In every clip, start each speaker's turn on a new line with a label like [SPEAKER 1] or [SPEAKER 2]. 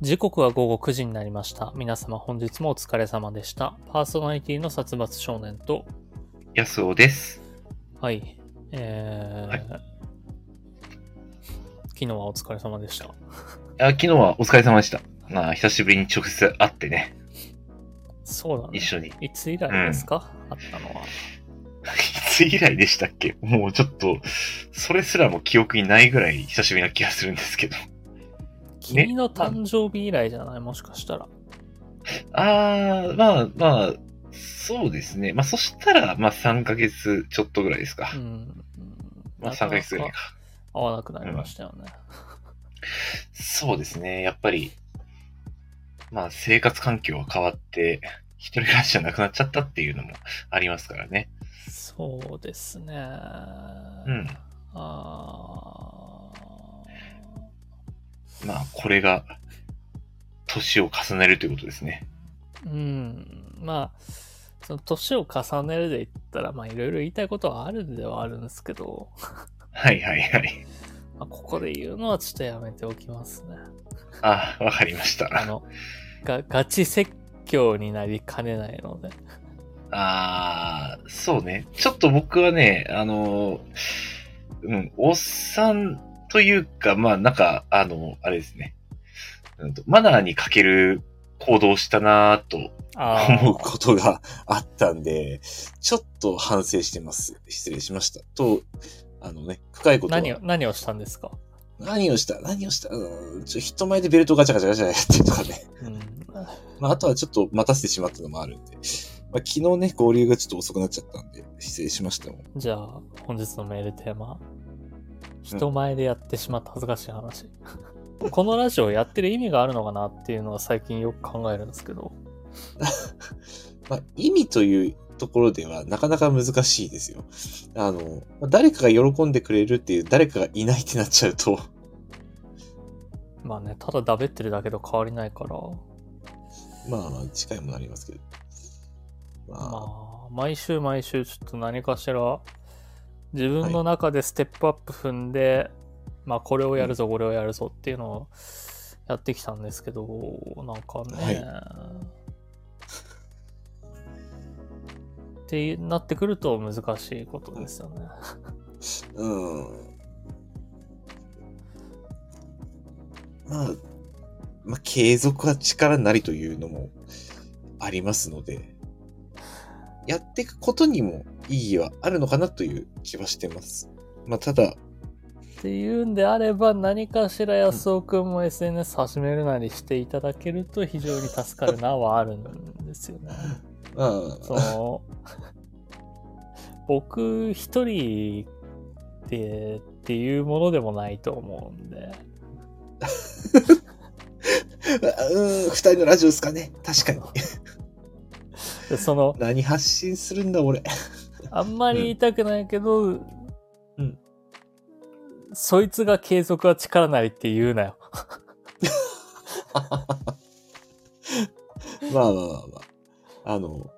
[SPEAKER 1] 時刻は午後9時になりました。皆様本日もお疲れ様でした。パーソナリティの殺伐少年と、
[SPEAKER 2] やすおです。
[SPEAKER 1] はい、えー
[SPEAKER 2] はい
[SPEAKER 1] 昨日はお疲れ様でした。
[SPEAKER 2] あ昨日はお疲れ様でした。まあ、久しぶりに直接会ってね、
[SPEAKER 1] そうだね
[SPEAKER 2] 一。緒に。 い
[SPEAKER 1] いつ以来ですか、あったのは。
[SPEAKER 2] つ以来でしたっけもうちょっと、それすらも記憶にないぐらい久しぶりな気がするんですけど。
[SPEAKER 1] 君の誕生日以来じゃないもしかしたら。
[SPEAKER 2] あー、まあまあ、そうですね。まあ、そしたら、まあ、3ヶ月ちょっとぐらいですか。
[SPEAKER 1] うん。
[SPEAKER 2] まあ、
[SPEAKER 1] な
[SPEAKER 2] 3
[SPEAKER 1] か
[SPEAKER 2] ヶ
[SPEAKER 1] なか
[SPEAKER 2] 月ぐらいか。
[SPEAKER 1] 会わなくなりましたよね。
[SPEAKER 2] そうですね。やっぱり、まあ、生活環境が変わって、一人暮らしじゃなくなっちゃったっていうのもありますからね。
[SPEAKER 1] そうですね。
[SPEAKER 2] うん。
[SPEAKER 1] あ
[SPEAKER 2] まあ、これが、年を重ねるということですね。
[SPEAKER 1] ーうん。まあ、その年を重ねるで言ったら、まあいろいろ言いたいことはあるんではあるんですけど、
[SPEAKER 2] はいはいはい。
[SPEAKER 1] まあ、ここで言うのはちょっとやめておきます ね。
[SPEAKER 2] あ、わかりました。
[SPEAKER 1] あの、がガチ説教になりかねないので。
[SPEAKER 2] あー、そうね。ちょっと僕はね、あの、うん、おっさんというか、まあなんか、あの、あれですね。うんとマナーに欠ける行動をしたなぁと
[SPEAKER 1] ああ。
[SPEAKER 2] 思うことがあったんで、ちょっと反省してます。失礼しました。と、あのね、深いことは
[SPEAKER 1] 何を、何をしたんですか
[SPEAKER 2] 何をした何をしたうんちょ人前でベルトガチャガチャガチャやってとかね。
[SPEAKER 1] うん。
[SPEAKER 2] まあ、あとはちょっと待たせてしまったのもあるんで。まあ、昨日ね、合流がちょっと遅くなっちゃったんで、失礼しましたもん。
[SPEAKER 1] じゃあ、本日のメールテーマ。人前でやってしまった恥ずかし い話。このラジオやってる意味があるのかなっていうのは最近よく考えるんですけど。
[SPEAKER 3] まあ、意味というところではなかなか難しいですよ。あの、まあ誰かが喜んでくれるっていう誰かがいないってなっちゃ うと、
[SPEAKER 1] まあね、ただだべってるだけと変わりないから、
[SPEAKER 3] まあまあ近いものありますけど。ま
[SPEAKER 1] まあ、毎週毎週ちょっと何かしら、自分の中でステップアップ踏んで、まあ、これをやるぞ、これをやるぞっていうのをやってきたんですけど、なんかね、ってなってくると難しいことですよね。
[SPEAKER 3] あ、うん。まあ、まあ、継続は力なりというのもありますので、やっていくことにも意義はあるのかなという気はしてます。まあ、ただ、
[SPEAKER 1] っていうんであれば、何かしら安尾くんも SNS 始めるなりしていただけると非常に助かるなはあるんですよね。
[SPEAKER 3] まあ、
[SPEAKER 1] その僕一人でっていうものでもないと思うんで
[SPEAKER 3] うん、二人のラジオですかね。確かに。
[SPEAKER 1] でその
[SPEAKER 3] 何発信するんだ、俺。
[SPEAKER 1] あんまり言いたくないけど、
[SPEAKER 3] うん
[SPEAKER 1] そいつが継続は力なりって言うなよ
[SPEAKER 3] まあまあまあまあ。あの、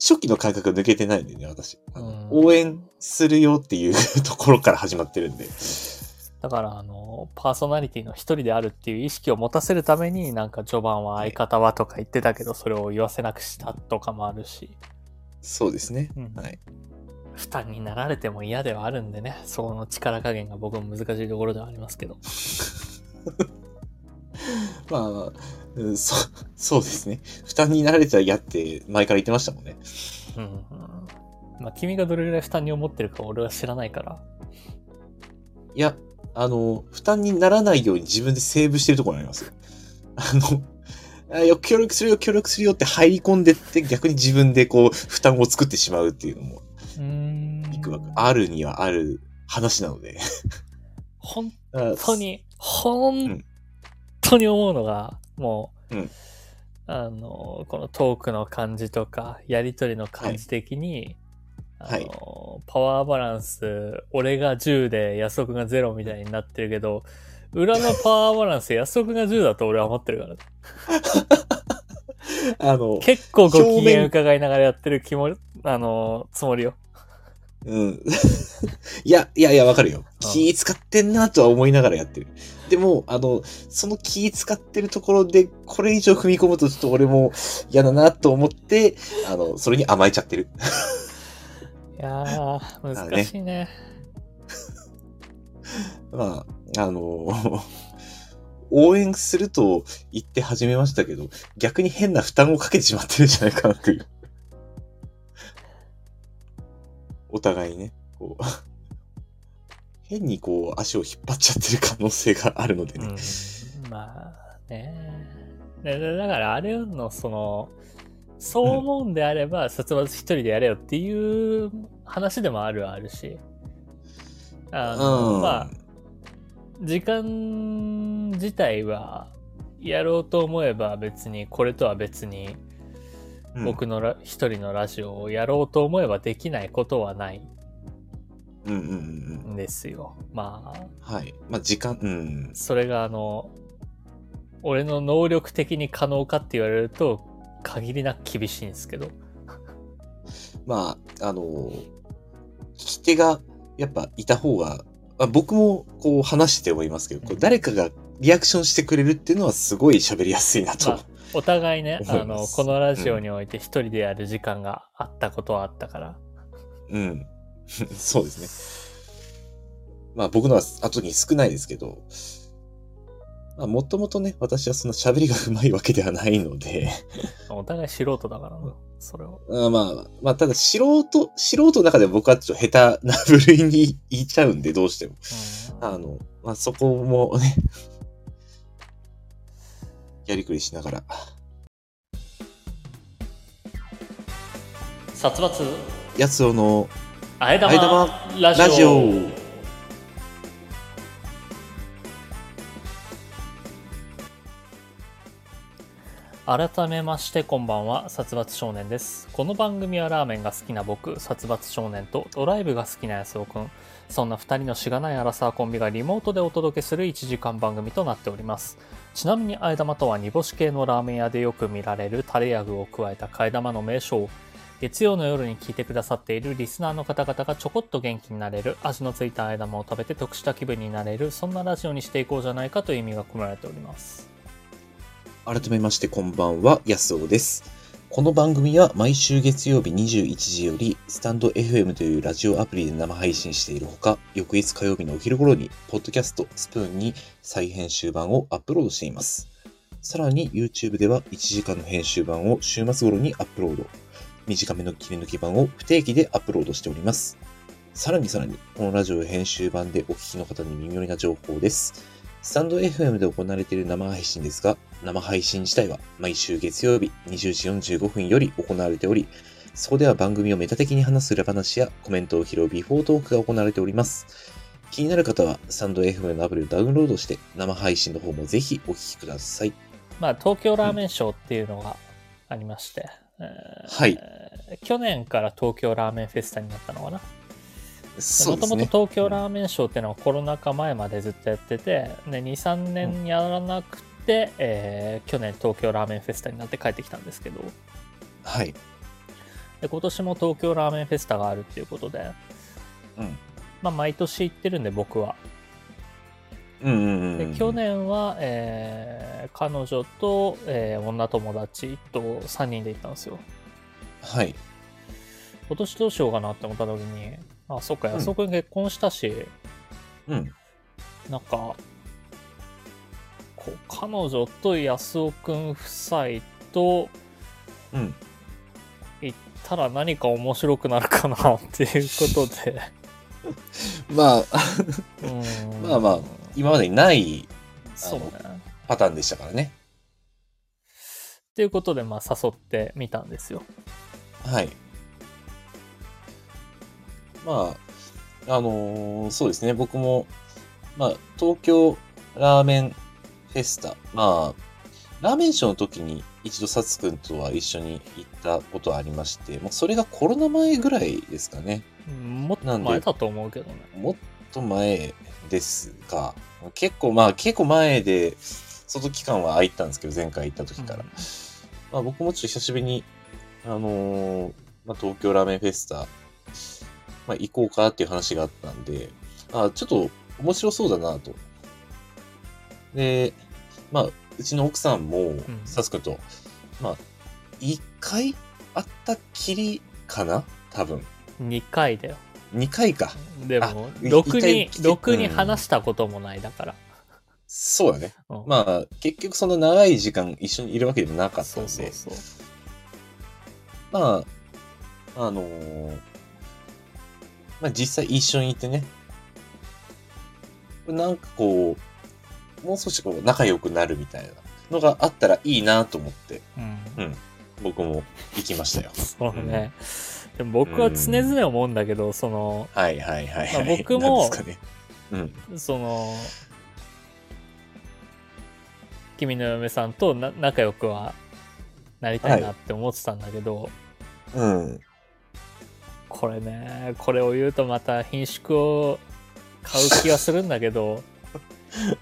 [SPEAKER 3] 初期の感覚が抜けてないんでね、私。あの
[SPEAKER 1] うん
[SPEAKER 3] 応援するよっていうところから始まってるんで。
[SPEAKER 1] だからあのパーソナリティの一人であるっていう意識を持たせるためになんか序盤は相方はとか言ってたけどそれを言わせなくしたとかもあるし、
[SPEAKER 3] そうですね。
[SPEAKER 1] うん
[SPEAKER 3] はい。
[SPEAKER 1] 負担になられても嫌ではあるんでねそこの力加減が僕も難しいところではありますけど
[SPEAKER 3] まあまあ、うん、そ、 そうですね。負担になられちゃ嫌って前から言ってましたもんね。
[SPEAKER 1] うんうんまあ、君がどれぐらい負担に思ってるか俺は知らないから。
[SPEAKER 3] いや、あの、負担にならないように自分でセーブしてるところにありますよ。あの、あよ協力するよ、協力するよって入り込んでって、逆に自分でこう、負担を作ってしまうっていうのも、
[SPEAKER 1] うん
[SPEAKER 3] いくわけあるにはある話なので。
[SPEAKER 1] 本
[SPEAKER 3] 本
[SPEAKER 1] 当。に、本当に思うのが、もう、
[SPEAKER 3] うん
[SPEAKER 1] あの、このトークの感じとか、やりとりの感じ的に、
[SPEAKER 3] はい
[SPEAKER 1] あのパワーバランス、俺が10で安岡が0みたいになってるけど、裏のパワーバランス、安岡が10だと俺は思ってるからね。
[SPEAKER 3] あの、
[SPEAKER 1] 結構ご機
[SPEAKER 3] 表面
[SPEAKER 1] 嫌伺いながらやってる気も、あの、つもりよ。
[SPEAKER 3] うん。 いや、いやいや、わかるよ。気使ってんなとは思いながらやってる。でも、あの、その気使ってるところで、これ以上踏み込むとちょっと俺も嫌だなと思って、あの、それに甘えちゃってる。
[SPEAKER 1] いやー、難しいね。
[SPEAKER 3] まあ、あの、 応援すると言って始めましたけど、逆に変な負担をかけてしまってるんじゃないかなという。お互いね、こう、変にこう足を引っ張っちゃってる可能性があるので
[SPEAKER 1] う
[SPEAKER 3] ね。
[SPEAKER 1] ん、まあね。だだだから、あれの、その、そう思うんであれば、殺伐一人でやれよっていう話でもあるはあるし。あの、
[SPEAKER 3] うん
[SPEAKER 1] まあ、時間自体は、やろうと思えば別に、これとは別に、
[SPEAKER 3] うん
[SPEAKER 1] 僕のラ一人のラジオをやろうと思えばできないことはない
[SPEAKER 3] うんうんうんうん。
[SPEAKER 1] んですよ。まあ、
[SPEAKER 3] はい。まあ、時間、うん。
[SPEAKER 1] それがあの、俺の能力的に可能かって言われると、限りなく厳しいんですけど。
[SPEAKER 3] まあ、あの、聞き手がやっぱいた方が、まあ、僕もこう話してはいますけど、こ
[SPEAKER 1] う
[SPEAKER 3] うん誰かがリアクションしてくれるっていうのはすごい喋りやすいなと。
[SPEAKER 1] まあお互いね、
[SPEAKER 3] 思
[SPEAKER 1] あ
[SPEAKER 3] い
[SPEAKER 1] の、
[SPEAKER 3] ます
[SPEAKER 1] このラジオにおいて一人でやる時間があったことはあったから。
[SPEAKER 3] うん。 そうですね。まあ僕のは後に少ないですけど、まあもともとね、私はそんな喋りがうまいわけではないので、
[SPEAKER 1] お互い素人だからな、それを。
[SPEAKER 3] あまあ、まあただ素人、素人の中で僕はちょっと下手な部類に言いちゃうんでどうしても。
[SPEAKER 1] うん
[SPEAKER 3] あの、まあ、そこもね、 やりくりしながら。
[SPEAKER 1] 殺伐、
[SPEAKER 3] やつおの
[SPEAKER 1] あえ
[SPEAKER 3] あ
[SPEAKER 1] 玉
[SPEAKER 3] え玉
[SPEAKER 1] ラジオ
[SPEAKER 3] ラジオ。
[SPEAKER 1] 改めましてこんばんは殺伐少年ですこの番組はラーメンが好きな僕殺伐少年とドライブが好きな安尾くんそんな2人のしがないアラサーコンビがリモートでお届けする1時間番組となっておりますちなみにあえ玉とは煮干し系のラーメン屋でよく見られるタレや具を加えた替え玉の名称月曜の夜に聞いてくださっているリスナーの方々がちょこっと元気になれる味のついたあえ玉を食べて得した気分になれるそんなラジオにしていこうじゃないかという意味が込められております
[SPEAKER 3] 改めましてこんばんは、やすおです。この番組は毎週月曜日21時より、スタンド FM というラジオアプリで生配信しているほか、翌日火曜日のお昼頃に、ポッドキャストスプーンに再編集版をアップロードしています。さらに YouTube では1時間の編集版を週末頃にアップロード。短めの切り抜き版を不定期でアップロードしております。さらにさらに、このラジオ編集版でお聞きの方に耳寄りな情報です。スタンド FM で行われている生配信ですが、生配信自体は毎週月曜日20時45分より行われており、そこでは番組をメタ的に話す裏話やコメントを拾うビフォートークが行われております。気になる方は、スタンド FM のアプリをダウンロードして、生配信の方もぜひお聞きください。
[SPEAKER 1] まあ、東京ラーメンショーっていうのがありまして、えー
[SPEAKER 3] はい
[SPEAKER 1] 去年から東京ラーメンフェスタになったのかなも
[SPEAKER 3] そうで
[SPEAKER 1] と
[SPEAKER 3] す
[SPEAKER 1] もと
[SPEAKER 3] ね。
[SPEAKER 1] 東京ラーメンショーっていうのはコロナ禍前までずっとやってて、ね、23年やらなくて、えー去年東京ラーメンフェスタになって帰ってきたんですけど
[SPEAKER 3] はい。
[SPEAKER 1] で今年も東京ラーメンフェスタがあるっていうことで、
[SPEAKER 3] うん
[SPEAKER 1] まあ、毎年行ってるんで僕は
[SPEAKER 3] うんうんうんう
[SPEAKER 1] で
[SPEAKER 3] ん。
[SPEAKER 1] 去年は、えー彼女と、えー女友達と3人で行ったんですよ
[SPEAKER 3] はい。
[SPEAKER 1] 今年どうしようかなって思った時にあそっか
[SPEAKER 3] うん
[SPEAKER 1] 安尾君結婚したし、
[SPEAKER 3] うん。
[SPEAKER 1] なんかこう彼女と安尾君夫妻と
[SPEAKER 3] うん。
[SPEAKER 1] 行ったら何か面白くなるかなっていうことで
[SPEAKER 3] まあ、
[SPEAKER 1] うん
[SPEAKER 3] まあまあ今までにない
[SPEAKER 1] そうね
[SPEAKER 3] パターンでしたからね。
[SPEAKER 1] っていうことでまあ誘ってみたんですよ
[SPEAKER 3] はい。まあ、あのーそうですね、僕も、まあ、東京ラーメンフェスタ、まあ、ラーメンショーの時に一度サツくんとは一緒に行ったことありまして、もうそれがコロナ前ぐらいですかね。
[SPEAKER 1] うんもっ
[SPEAKER 3] な
[SPEAKER 1] と
[SPEAKER 3] んで
[SPEAKER 1] 前だと思うけどね
[SPEAKER 3] もっと前ですが、結構まあ、結構前で、その期間は空いたんですけど、前回行った時から。まあ、僕もちょっと久しぶりに、あのーまあ、東京ラーメンフェスタまあ、行こうかっていう話があったんで、あちょっと面白そうだなと。で、まあ、うちの奥さんも、サス君と、まあ、1回会ったきりかな多分。
[SPEAKER 1] 2回だよ
[SPEAKER 3] 2回か。
[SPEAKER 1] でも
[SPEAKER 3] あい
[SPEAKER 1] ろく
[SPEAKER 3] 一回
[SPEAKER 1] に
[SPEAKER 3] 来て
[SPEAKER 1] ろくに
[SPEAKER 3] うん
[SPEAKER 1] 話したこともないだから、
[SPEAKER 3] そうだね。
[SPEAKER 1] うん
[SPEAKER 3] まあ、結局その長い時間一緒にいるわけでもなかった
[SPEAKER 1] そ
[SPEAKER 3] ん
[SPEAKER 1] う
[SPEAKER 3] で、
[SPEAKER 1] そうそう
[SPEAKER 3] まあ、あのーまあ実際一緒にいてね、なんかこう、もう少しこう仲良くなるみたいなのがあったらいいなと思って、
[SPEAKER 1] うん。
[SPEAKER 3] 僕も行きましたよ
[SPEAKER 1] そうね、でも僕は常々思うんだけど、その
[SPEAKER 3] はいはいはい、はい
[SPEAKER 1] まあ僕も
[SPEAKER 3] なんですかね。
[SPEAKER 1] その君の嫁さんとな仲良くはなりたいなって思ってたんだけど、
[SPEAKER 3] うん。うん。
[SPEAKER 1] これねこれを言うとまた品種を買う気がするんだけど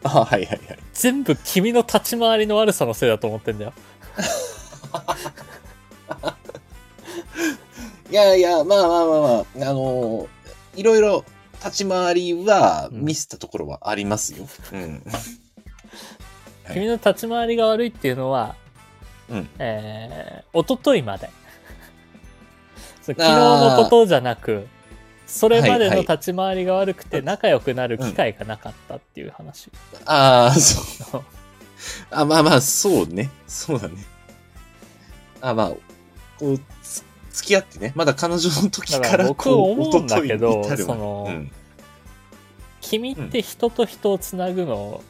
[SPEAKER 3] あはいはいはい。
[SPEAKER 1] 全部君の立ち回りの悪さのせいだと思ってんだよ
[SPEAKER 3] いやいや、まあまあまあまあ、あのーいろいろ立ち回りは
[SPEAKER 1] うん
[SPEAKER 3] ミスったところはありますよ。うん。はい
[SPEAKER 1] 君の立ち回りが悪いっていうのは、
[SPEAKER 3] うん
[SPEAKER 1] えー、一昨日まで そう昨日のことじゃなくそれまでの立ち回りが悪くて仲良くなる機会がなかったっていう話、
[SPEAKER 3] ああ、そう。あ、まあまあ、そうね。そうだね。あまあ、こう、つ付き合ってね。まだ彼女の時
[SPEAKER 1] だか
[SPEAKER 3] からら、
[SPEAKER 1] 僕
[SPEAKER 3] こう、
[SPEAKER 1] 思うんだけど
[SPEAKER 3] 一昨日に至るまで
[SPEAKER 1] その
[SPEAKER 3] うん
[SPEAKER 1] 君って人と人をつなぐの、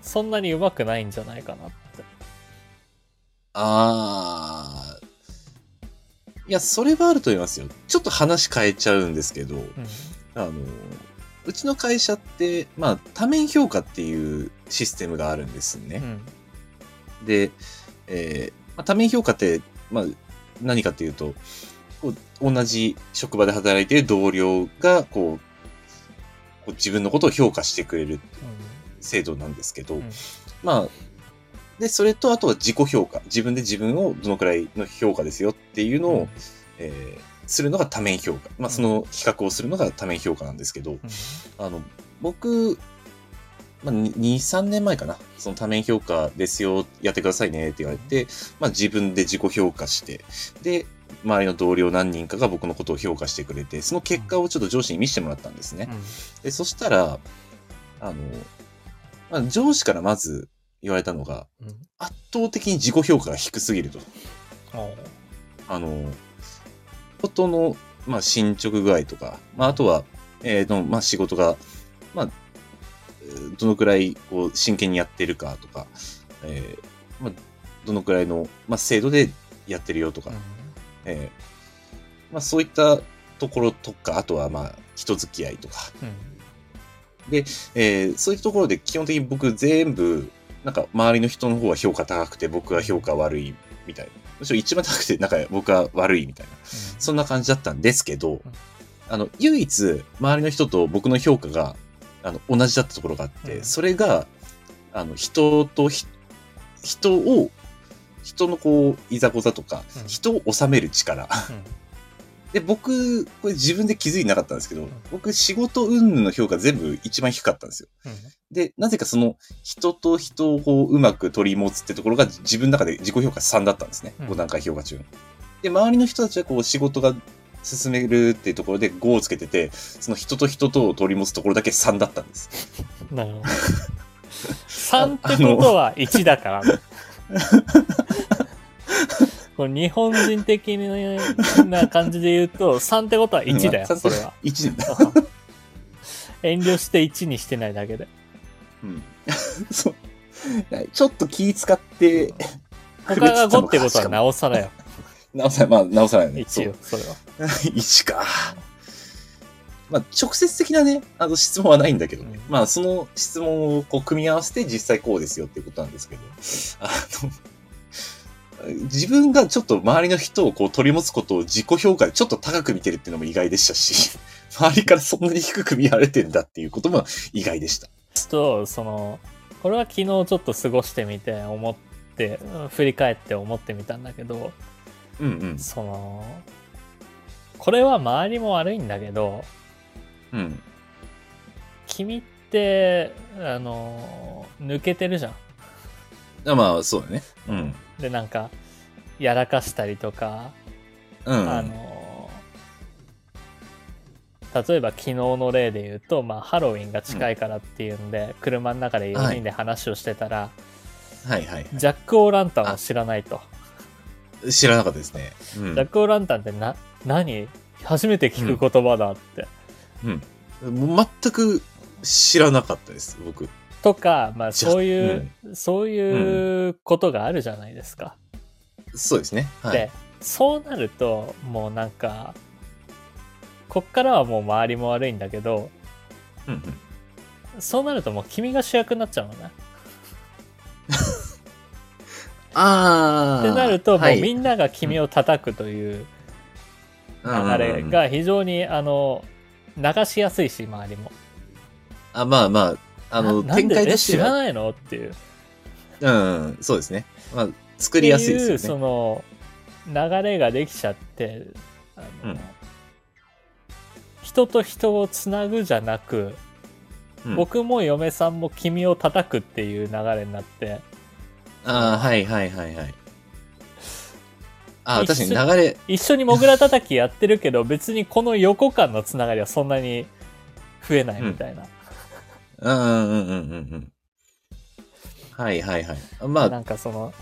[SPEAKER 1] そんなにうまくないんじゃないかなって
[SPEAKER 3] ああ。いや、それはあると思いますよ。ちょっと話変えちゃうんですけど、
[SPEAKER 1] うん
[SPEAKER 3] あの、うちの会社って、まあ、多面評価っていうシステムがあるんですね。
[SPEAKER 1] うん
[SPEAKER 3] で、えーまあ、多面評価って、まあ、何かっていうと、こう同じ職場で働いている同僚がこう、こう自分のことを評価してくれる制度なんですけど、
[SPEAKER 1] うん
[SPEAKER 3] まあ、で、それとあとは自己評価。自分で自分をどのくらいの評価ですよっていうのを、
[SPEAKER 1] うん
[SPEAKER 3] えーするのが多面評価。まあ、その比較をするのが多面評価なんですけど、
[SPEAKER 1] うん
[SPEAKER 3] あの、僕、まあ、2、3年前かな。その多面評価ですよ、やってくださいねって言われて、まあ自分で自己評価して、で、周りの同僚何人かが僕のことを評価してくれて、その結果をちょっと上司に見せてもらったんですね。
[SPEAKER 1] うん
[SPEAKER 3] で、そしたら、あの、まあ上司からまず言われたのが、
[SPEAKER 1] うん
[SPEAKER 3] 圧倒的に自己評価が低すぎると。
[SPEAKER 1] おう
[SPEAKER 3] あの、ことの、まあ、進捗具合とか、まあ、あとは、えーの、まあ、仕事が、まあ、えーどのくらい、こう、真剣にやってるかとか、えーまあ、どのくらいの、まあ、精度でやってるよとか、
[SPEAKER 1] う
[SPEAKER 3] えーまあ、そういったところとか、あとは、まあ、人付き合いとか、
[SPEAKER 1] ん
[SPEAKER 3] えーそういうところで基本的に僕全部、なんか周りの人の方は評価高くて僕は評価悪いみたいな。むしろ一番高くてなんか僕は悪いみたいな。そんな感じだったんですけど、あの、唯一、周りの人と僕の評価が、あの、同じだったところがあって、
[SPEAKER 1] うん
[SPEAKER 3] それが、あの、人とひ、人を、人のこう、いざこざとか、
[SPEAKER 1] うん
[SPEAKER 3] 人を治める力。
[SPEAKER 1] うんうん
[SPEAKER 3] で、僕、これ自分で気づいてなかったんですけど、僕、仕事云々の評価全部一番低かったんですよ。
[SPEAKER 1] うん
[SPEAKER 3] で、なぜかその、人と人をこう、うまく取り持つってところが自分の中で自己評価3だったんですね。
[SPEAKER 1] うん
[SPEAKER 3] 5段階評価中の。で、周りの人たちはこう、仕事が進めるっていうところで5をつけてて、その人と人とを取り持つところだけ3だったんです。
[SPEAKER 1] なるほど。3ってことは1だからね。これ日本人的な感じで言うと、3ってことは1だよ、
[SPEAKER 3] うん
[SPEAKER 1] それ は。
[SPEAKER 3] 1年だ。
[SPEAKER 1] 遠慮して1にしてないだけで。
[SPEAKER 3] うん。 そう。ちょっと気使って、
[SPEAKER 1] 他が5ってことはなおさらよ、
[SPEAKER 3] 直さない、まあ、直さないよね。
[SPEAKER 1] 1よ、それは。
[SPEAKER 3] 1か。まあ、直接的なね、あの質問はないんだけどね。
[SPEAKER 1] うん
[SPEAKER 3] まあ、その質問をこう組み合わせて実際こうですよっていうことなんですけど。あの、自分がちょっと周りの人をこう取り持つことを自己評価でちょっと高く見てるっていうのも意外でしたし、 周りからそんなに低く見られてんだっていうことも意外でした。
[SPEAKER 1] ちょっと、その、これは昨日ちょっと過ごしてみて思って、うん振り返って思ってみたんだけど、
[SPEAKER 3] うんうん。
[SPEAKER 1] その、これは周りも悪いんだけど、
[SPEAKER 3] うん。
[SPEAKER 1] 君って、あの、抜けてるじゃん。
[SPEAKER 3] あまあ、そうだね。うん。
[SPEAKER 1] で、なんか、やらかしたりとか、
[SPEAKER 3] う
[SPEAKER 1] あ
[SPEAKER 3] ん。
[SPEAKER 1] の例えば昨日の例で言うと、まあ、ハロウィンが近いからっていうんで、車の中で4人で話をしてたら、
[SPEAKER 3] はいはい。
[SPEAKER 1] ジャック・オー・ランタンを知らないと。
[SPEAKER 3] 知らなかったですね。う
[SPEAKER 1] ジャック・オー・ランタンってな何初めて聞く言葉だって。
[SPEAKER 3] ん。もう全く知らなかったです、僕。
[SPEAKER 1] とか、まあ、
[SPEAKER 3] ジャ
[SPEAKER 1] そういう、そういうことがあるじゃないですか。
[SPEAKER 3] そうですね。はい。
[SPEAKER 1] でそうなるともうなんかこっからはもう周りも悪いんだけど
[SPEAKER 3] うんうん
[SPEAKER 1] そうなるともう君が主役になっちゃうのね。
[SPEAKER 3] あ
[SPEAKER 1] って
[SPEAKER 3] あ。
[SPEAKER 1] なるともうみ
[SPEAKER 3] なん
[SPEAKER 1] なが君を叩くという流れが非常にあの流しやすいし周りも。
[SPEAKER 3] あ、まあまあ、あの、
[SPEAKER 1] ななん
[SPEAKER 3] 展
[SPEAKER 1] で
[SPEAKER 3] 開
[SPEAKER 1] え
[SPEAKER 3] とし
[SPEAKER 1] 知
[SPEAKER 3] て
[SPEAKER 1] ら
[SPEAKER 3] は、
[SPEAKER 1] ないのっていう。
[SPEAKER 3] うんうん、そうですね。まあ、作りやすい
[SPEAKER 1] ってう
[SPEAKER 3] です
[SPEAKER 1] そ
[SPEAKER 3] よね。
[SPEAKER 1] の流れができちゃってあの、
[SPEAKER 3] うん
[SPEAKER 1] 人と人をつなぐじゃなく、
[SPEAKER 3] うん
[SPEAKER 1] 僕も嫁さんも君を叩くっていう流れになって
[SPEAKER 3] ああ、はいはいはいはい。ああ、
[SPEAKER 1] 一
[SPEAKER 3] 確
[SPEAKER 1] 緒
[SPEAKER 3] かに流れ、
[SPEAKER 1] 一緒にモグラ叩きやってるけど別にこの横間のつながりはそんなに増えないみたいな、
[SPEAKER 3] うんうんうんうんうんうん。はいはいはい。ま
[SPEAKER 1] な
[SPEAKER 3] あ、
[SPEAKER 1] んかその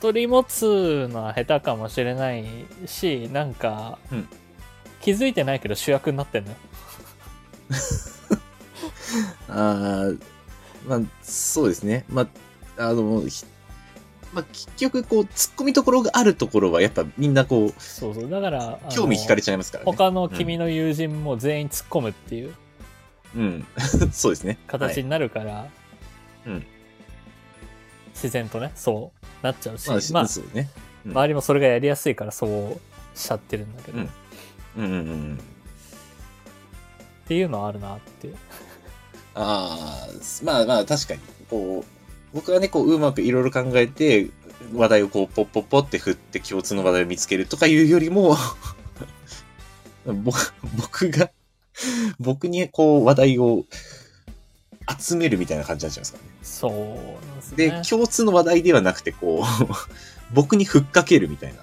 [SPEAKER 1] 取り持つのは下手かもしれないしなんか、
[SPEAKER 3] うん
[SPEAKER 1] 気づいてないけど主役になってんのよ
[SPEAKER 3] あーまあ、そうですね。まあ、あの、ひまあ、結局、こう、突っ込みどころがあるところは、やっぱみんなこう、
[SPEAKER 1] そうそうだからあの
[SPEAKER 3] 興味惹かれちゃいますからね。
[SPEAKER 1] 他の君の友人も全員突っ込むっていう
[SPEAKER 3] うん。 そうですね。
[SPEAKER 1] 形になるから、
[SPEAKER 3] うん
[SPEAKER 1] 自然とねそうなっちゃうし、
[SPEAKER 3] はい、まあ、
[SPEAKER 1] まあ、
[SPEAKER 3] そうね。うん
[SPEAKER 1] 周りもそれがやりやすいからそうしちゃってるんだけど、
[SPEAKER 3] うん
[SPEAKER 1] っ
[SPEAKER 3] うんうんうん。
[SPEAKER 1] ていうのはあるなっていう
[SPEAKER 3] ああ、まあまあ確かに、こう、僕はね、こう、うまくいろいろ考えて、話題をこう、ポッポッポッって振って共通の話題を見つけるとかいうよりも、 僕、僕が、僕にこう、話題を集めるみたいな感じになっちゃいますからね。
[SPEAKER 1] そうなんです
[SPEAKER 3] で、
[SPEAKER 1] ね
[SPEAKER 3] 共通の話題ではなくて、こう、 僕にふっかけるみたい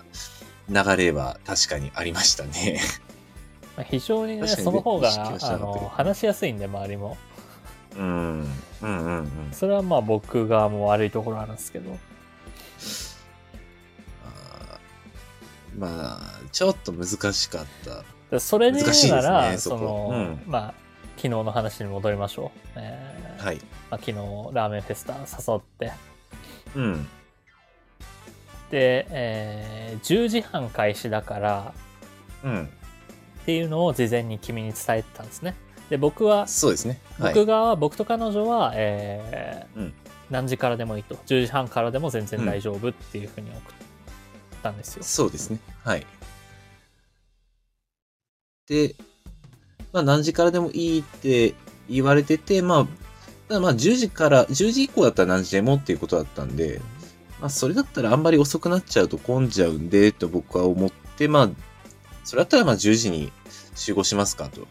[SPEAKER 3] な流れは確かにありましたね。
[SPEAKER 1] まあ非常にね
[SPEAKER 3] 確かに
[SPEAKER 1] その方
[SPEAKER 3] 意識
[SPEAKER 1] が
[SPEAKER 3] はしなか
[SPEAKER 1] あ
[SPEAKER 3] ったけど
[SPEAKER 1] の話しやすいんで周りも
[SPEAKER 3] うん。うんうんうん。
[SPEAKER 1] それはまあ僕がもう悪いところあるんですけど
[SPEAKER 3] あーまあ、ちょっと難しかった。
[SPEAKER 1] でそれで言うな
[SPEAKER 3] 難しい
[SPEAKER 1] ら、
[SPEAKER 3] ですね
[SPEAKER 1] そ
[SPEAKER 3] そこ
[SPEAKER 1] の、
[SPEAKER 3] う
[SPEAKER 1] まあ昨日の話に戻りましょう、えー
[SPEAKER 3] はい。
[SPEAKER 1] まあ、昨日ラーメンフェスタ誘って
[SPEAKER 3] うん。
[SPEAKER 1] で、えー10時半開始だから
[SPEAKER 3] うん。
[SPEAKER 1] っていうのを事前に君に伝えてたんですねで僕は
[SPEAKER 3] そうですね。はい。
[SPEAKER 1] 僕側は、僕と彼女は、えー
[SPEAKER 3] うん
[SPEAKER 1] 何時からでもいいと10時半からでも全然大丈夫っていうふうに送ったんですよ、
[SPEAKER 3] そうですね。はい。で、まあ何時からでもいいって言われてて、まあ、ただまあ10時から、10時以降だったら何時でもっていうことだったんで、まあそれだったらあんまり遅くなっちゃうと混んじゃうんで、と僕は思って、まあ、それだったらまあ10時に集合しますか、と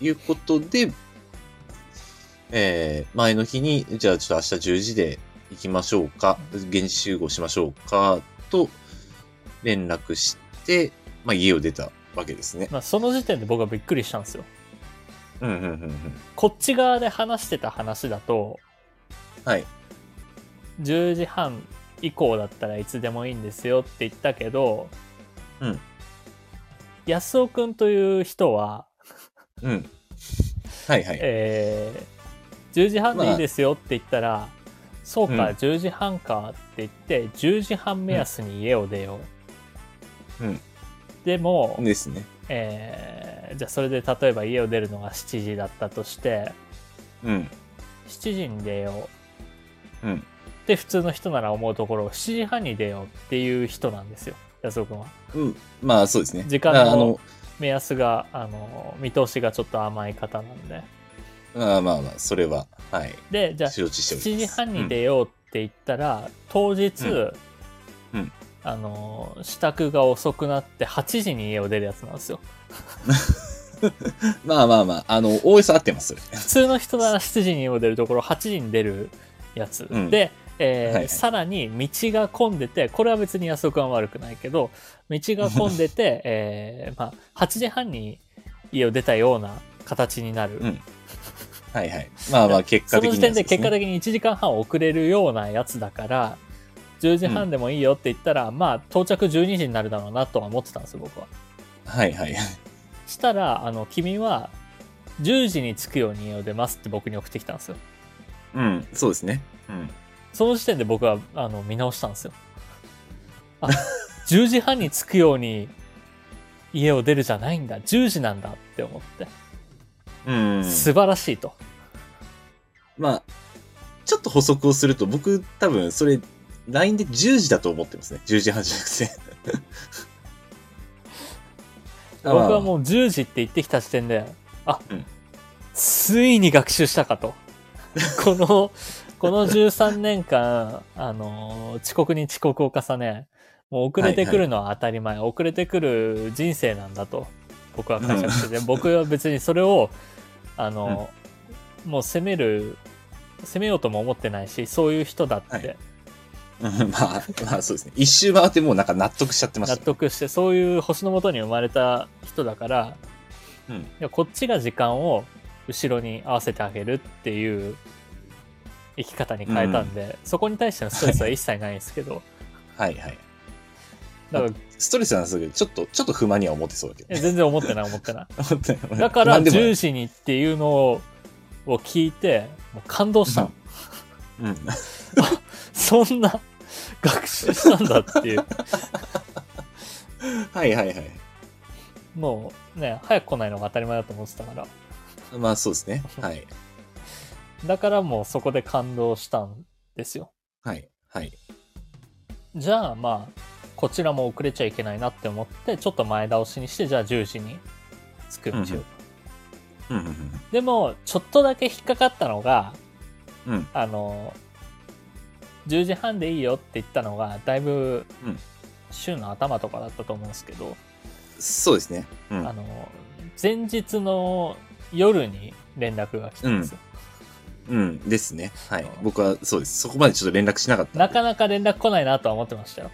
[SPEAKER 3] いうことで、えー、前の日に、じゃあちょっと明日10時で行きましょうか、現地集合しましょうか、と連絡して、まあ家を出たわけですね。
[SPEAKER 1] まあ、その時点で僕はびっくりしたんですよ
[SPEAKER 3] うんうんうんうん。
[SPEAKER 1] こっち側で話してた話だと
[SPEAKER 3] はい。
[SPEAKER 1] 10時半以降だったらいつでもいいんですよって言ったけど、
[SPEAKER 3] うん
[SPEAKER 1] 安尾くんという人は、
[SPEAKER 3] うん。はいはい。
[SPEAKER 1] えー10時半でいいですよって言ったら、そうか、
[SPEAKER 3] うん
[SPEAKER 1] 10時半かって言って10時半目安に家を出よう、
[SPEAKER 3] うん
[SPEAKER 1] でも、
[SPEAKER 3] ですね。
[SPEAKER 1] えーじゃあそれで例えば家を出るのが7時だったとして
[SPEAKER 3] うん。
[SPEAKER 1] 7時に出よう、
[SPEAKER 3] うん
[SPEAKER 1] って普通の人なら思うところ7時半に出ようっていう人なんですよ安尾君は
[SPEAKER 3] うん。まあそうですね。
[SPEAKER 1] 時間
[SPEAKER 3] あ
[SPEAKER 1] の
[SPEAKER 3] あの、
[SPEAKER 1] 目安があの見通しがちょっと甘い方なんで
[SPEAKER 3] まあまあまあ、それは、はい。
[SPEAKER 1] でじゃあ
[SPEAKER 3] 承知してお
[SPEAKER 1] 7
[SPEAKER 3] り
[SPEAKER 1] 時
[SPEAKER 3] ます。
[SPEAKER 1] 半に出ようって言ったら、当日、
[SPEAKER 3] うんうん
[SPEAKER 1] あの支度が遅くなって8時に家を出るやつなんですよ
[SPEAKER 3] まあまあまあ、あの、おおよそ合ってます、それ。
[SPEAKER 1] 普通の人なら7時に家を出るところ8時に出るやつ、
[SPEAKER 3] うん
[SPEAKER 1] で、えー
[SPEAKER 3] はいはい
[SPEAKER 1] さらに道が混んでてこれは別に安岡は悪くないけど道が混んでて、 えーまあ、8時半に家を出たような形になる、
[SPEAKER 3] うんはいはい。まあまあ、結果
[SPEAKER 1] そ
[SPEAKER 3] 的
[SPEAKER 1] の
[SPEAKER 3] に
[SPEAKER 1] 時点
[SPEAKER 3] はそうすね、
[SPEAKER 1] で結果的に1時間半遅れるようなやつだから10時半でもいいよって言ったら、まあ到着12時になるだろうなとは思ってたんですよ僕は。
[SPEAKER 3] はいはい。
[SPEAKER 1] したらあの君は10時に着くように家を出ますって僕に送ってきたんですよ。
[SPEAKER 3] うん、そうですね。うん。
[SPEAKER 1] その時点で僕はあの見直したんですよ。 あ10時半に着くように家を出るじゃないんだ10時なんだって思って
[SPEAKER 3] うん。
[SPEAKER 1] 素晴らしいと。
[SPEAKER 3] まあ、ちょっと補足をすると、僕多分それ、LINE で10時だと思ってますね。10時半じゃなく て。
[SPEAKER 1] 僕は
[SPEAKER 3] う。
[SPEAKER 1] もう10時って言ってきた時点であ、
[SPEAKER 3] うん
[SPEAKER 1] ついに学習したか とこのこの13年間あの遅刻に遅刻を重ねもう遅れてくるのは当たり前、遅れてくる人生なんだと僕は解釈してて僕は別にそれをあの、もう責める責めようとも思ってないしそういう人だって、
[SPEAKER 3] はいうんまあ、まあそうですね。一周回ってもうなんか納得しちゃってました
[SPEAKER 1] 納
[SPEAKER 3] ね、
[SPEAKER 1] 得してそういう星のもとに生まれた人だから、
[SPEAKER 3] うん
[SPEAKER 1] いやこっちが時間を後ろに合わせてあげるっていう生き方に変えたんで、そこに対してのストレスは一切ないんですけど
[SPEAKER 3] はいはい。
[SPEAKER 1] だから
[SPEAKER 3] ストレスなんですけど、ちょっと、ちょっと不満には思ってそうだけ
[SPEAKER 1] え
[SPEAKER 3] ど。
[SPEAKER 1] 全然思ってない思って ない
[SPEAKER 3] 思ってない
[SPEAKER 1] だから
[SPEAKER 3] なんでもない
[SPEAKER 1] 10時にっていうのをを聞いてもう感動したの、
[SPEAKER 3] うんうん。
[SPEAKER 1] そんな学習したんだっていう
[SPEAKER 3] はいはいはい。
[SPEAKER 1] もうね早く来ないのが当たり前だと思ってたから
[SPEAKER 3] まあそうですね。はい。
[SPEAKER 1] だからもうそこで感動したんですよ
[SPEAKER 3] はい。はい。
[SPEAKER 1] じゃあまあこちらも遅れちゃいけないなって思ってちょっと前倒しにしてじゃあ10時に着くようにしよう、
[SPEAKER 3] うんうんうんうん。
[SPEAKER 1] でもちょっとだけ引っかかったのが
[SPEAKER 3] うん
[SPEAKER 1] あの10時半でいいよって言ったのがだいぶ
[SPEAKER 3] うん
[SPEAKER 1] 週の頭とかだったと思うんですけど、
[SPEAKER 3] そうですね。う
[SPEAKER 1] あ
[SPEAKER 3] ん。
[SPEAKER 1] の前日の夜に連絡が来たんですよ、
[SPEAKER 3] うん。ですね。はい。僕はそうです。そこまでちょっと連絡しなかったんで。
[SPEAKER 1] なかなか連絡来ないなとは思ってましたよ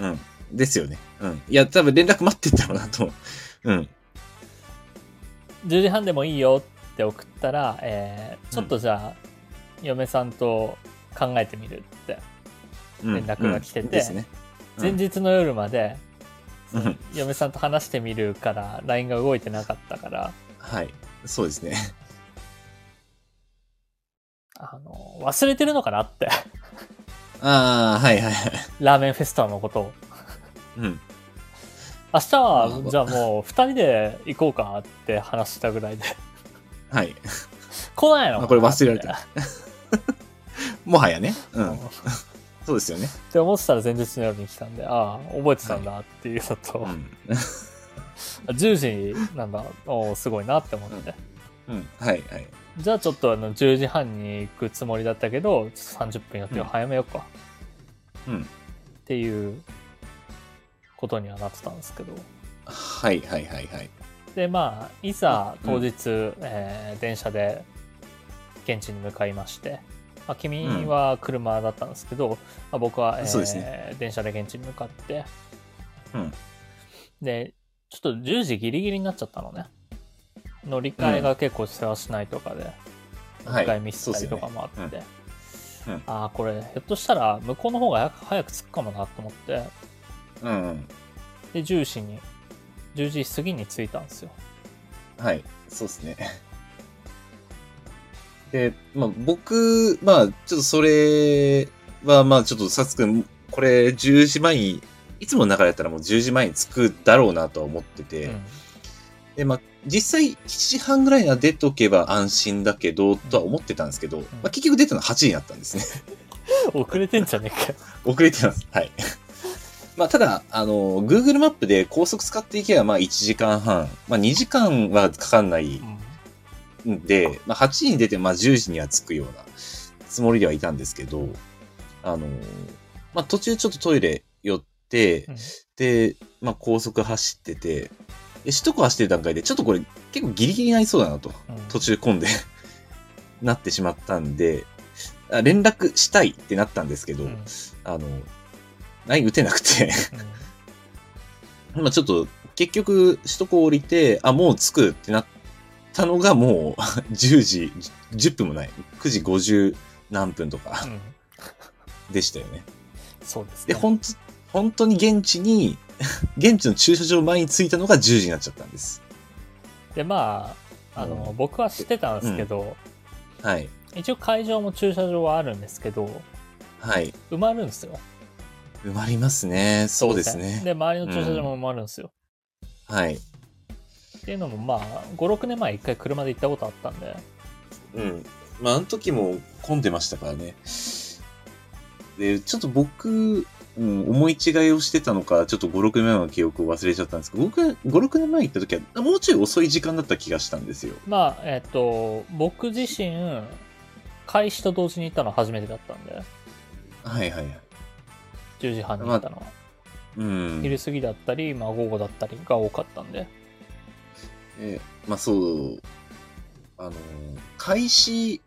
[SPEAKER 3] うん。ですよね。うん。いや、多分連絡待ってんだろうなと思う。うん。
[SPEAKER 1] 10時半でもいいよって送ったら、えーちょっとじゃあ、嫁さんと考えてみるって
[SPEAKER 3] うん
[SPEAKER 1] 連絡が来てて
[SPEAKER 3] うんですね。うん
[SPEAKER 1] 前日の夜まで、
[SPEAKER 3] うん
[SPEAKER 1] その嫁さんと話してみるから LINE が動いてなかったから
[SPEAKER 3] はい。そうですね。
[SPEAKER 1] あの忘れてるのかなって
[SPEAKER 3] ああ、はいはいはい。
[SPEAKER 1] ラーメンフェスタのことを
[SPEAKER 3] うん。
[SPEAKER 1] 明日
[SPEAKER 3] なる
[SPEAKER 1] は
[SPEAKER 3] ほど
[SPEAKER 1] じゃあもう2人で行こうかって話したぐらいで
[SPEAKER 3] はい。
[SPEAKER 1] 来ないのかな
[SPEAKER 3] あこれ忘れられ
[SPEAKER 1] た
[SPEAKER 3] もはやね。う
[SPEAKER 1] うん
[SPEAKER 3] ん。そうですよね。
[SPEAKER 1] って思ってたら前日の夜に来たんでああ覚えてたんだっていうのと、
[SPEAKER 3] うん。
[SPEAKER 1] 10時なんだおーすごいなって思って、
[SPEAKER 3] うん。はいはい。
[SPEAKER 1] じゃあちょっとあの10時半に行くつもりだったけどちょっと30分予定を早めようか
[SPEAKER 3] うん。
[SPEAKER 1] っていうことにはなってたんですけど
[SPEAKER 3] はいはいはいはい。
[SPEAKER 1] でまあいざ
[SPEAKER 3] うん
[SPEAKER 1] 当日、えー電車で現地に向かいまして、まあ、君は車だったんですけど、まあ、僕は、えー
[SPEAKER 3] そうです
[SPEAKER 1] 電車で現地に向かって
[SPEAKER 3] うん。
[SPEAKER 1] でちょっと10時ギリギリになっちゃったのね乗り換えが結構世話しないとかで、
[SPEAKER 3] は
[SPEAKER 1] 一回
[SPEAKER 3] い。
[SPEAKER 1] ミスったりとかもあって、
[SPEAKER 3] そうっすようんうん
[SPEAKER 1] ああこれひょっとしたら向こうの方が早く早く着くかもなと思って
[SPEAKER 3] うんうん。
[SPEAKER 1] で10時に10時過ぎに着いたんですよ
[SPEAKER 3] はい、そうですね。 で、まあ僕、まあちょっとそれはまあちょっとさつくん、これ10時前に、いつもの流れだったらもう10時前に着くだろうなとは思ってて、
[SPEAKER 1] うん
[SPEAKER 3] で、まあ実際7時半ぐらいには出とけば安心だけど、とは思ってたんですけど、まあ結局出たの8時になったんですね。
[SPEAKER 1] 遅れてんじゃ ねえかよ
[SPEAKER 3] 遅れてます。はい。 まあ、ただ、あの、Google マップで高速使っていけば、まあ、1時間半、まあ、2時間はかかんないんで、まあ、8時に出て、まあ、10時には着くようなつもりではいたんですけど、あの、まあ、途中ちょっとトイレ寄って、て、
[SPEAKER 1] うん
[SPEAKER 3] で、まあ、高速走ってて、で首都高走ってる段階で、ちょっとこれ結構ギリギリに合いそうだなと、
[SPEAKER 1] うん
[SPEAKER 3] 途中混んで、 なってしまったんで、あ連絡したいってなったんですけど、
[SPEAKER 1] うんうん
[SPEAKER 3] あの、LINE 打てなくて、まあちょっと、結局、首都高降りて、あ、もう着くってなったのがもう 10時、10分もない。9時50何分とか
[SPEAKER 1] うん
[SPEAKER 3] でしたよね。
[SPEAKER 1] そうです
[SPEAKER 3] で、
[SPEAKER 1] ね。
[SPEAKER 3] ほんと、本当に現地に、 現地の駐車場前に着いたのが10時になっちゃったんです。
[SPEAKER 1] で、まあ、あの、
[SPEAKER 3] う
[SPEAKER 1] 僕は知ってたんですけど、
[SPEAKER 3] はい。
[SPEAKER 1] 一応会場も駐車場はあるんですけど、
[SPEAKER 3] はい。
[SPEAKER 1] 埋まるんですよ。
[SPEAKER 3] 埋まりますね。そうですね。
[SPEAKER 1] で、周りの駐車場も埋まるんですよ。
[SPEAKER 3] はい。
[SPEAKER 1] っていうのも、まあ、5、6年前一回車で行ったことあったんで、
[SPEAKER 3] うん。まあ、あの時も混んでましたからね。で、ちょっと僕、うん、思い違いをしてたのか、ちょっと5、6年前の記憶を忘れちゃったんですけど、僕、5、6年前行った時は、もうちょい遅い時間だった気がしたんですよ。
[SPEAKER 1] まあ、えっと、僕自身、開始と同時に行ったのは初めてだったんで、
[SPEAKER 3] はいはいはい。
[SPEAKER 1] 10時半に行ったのは。
[SPEAKER 3] うん。
[SPEAKER 1] 昼過ぎだったり、まあ、午後だったりが多かったんで、
[SPEAKER 3] えまあそう、あのー開始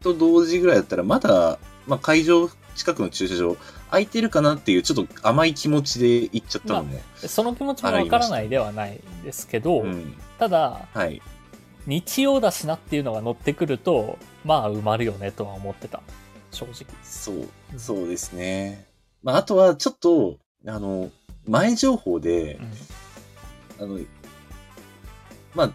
[SPEAKER 3] と同時ぐらいだったら、まだ、まあ、会場近くの駐車場、空いてるかなっていう、ちょっと甘い気持ちで行っちゃったのね。
[SPEAKER 1] その気持ちもわからないではないですけど、
[SPEAKER 3] うん。
[SPEAKER 1] ただ、
[SPEAKER 3] はい。
[SPEAKER 1] 日曜だしなっていうのが乗ってくると、まあ、埋まるよねとは思ってた、正直。
[SPEAKER 3] そう、そうですね。まあ、あとは、ちょっと、あの、前情報で
[SPEAKER 1] う、ん
[SPEAKER 3] あの、まあ、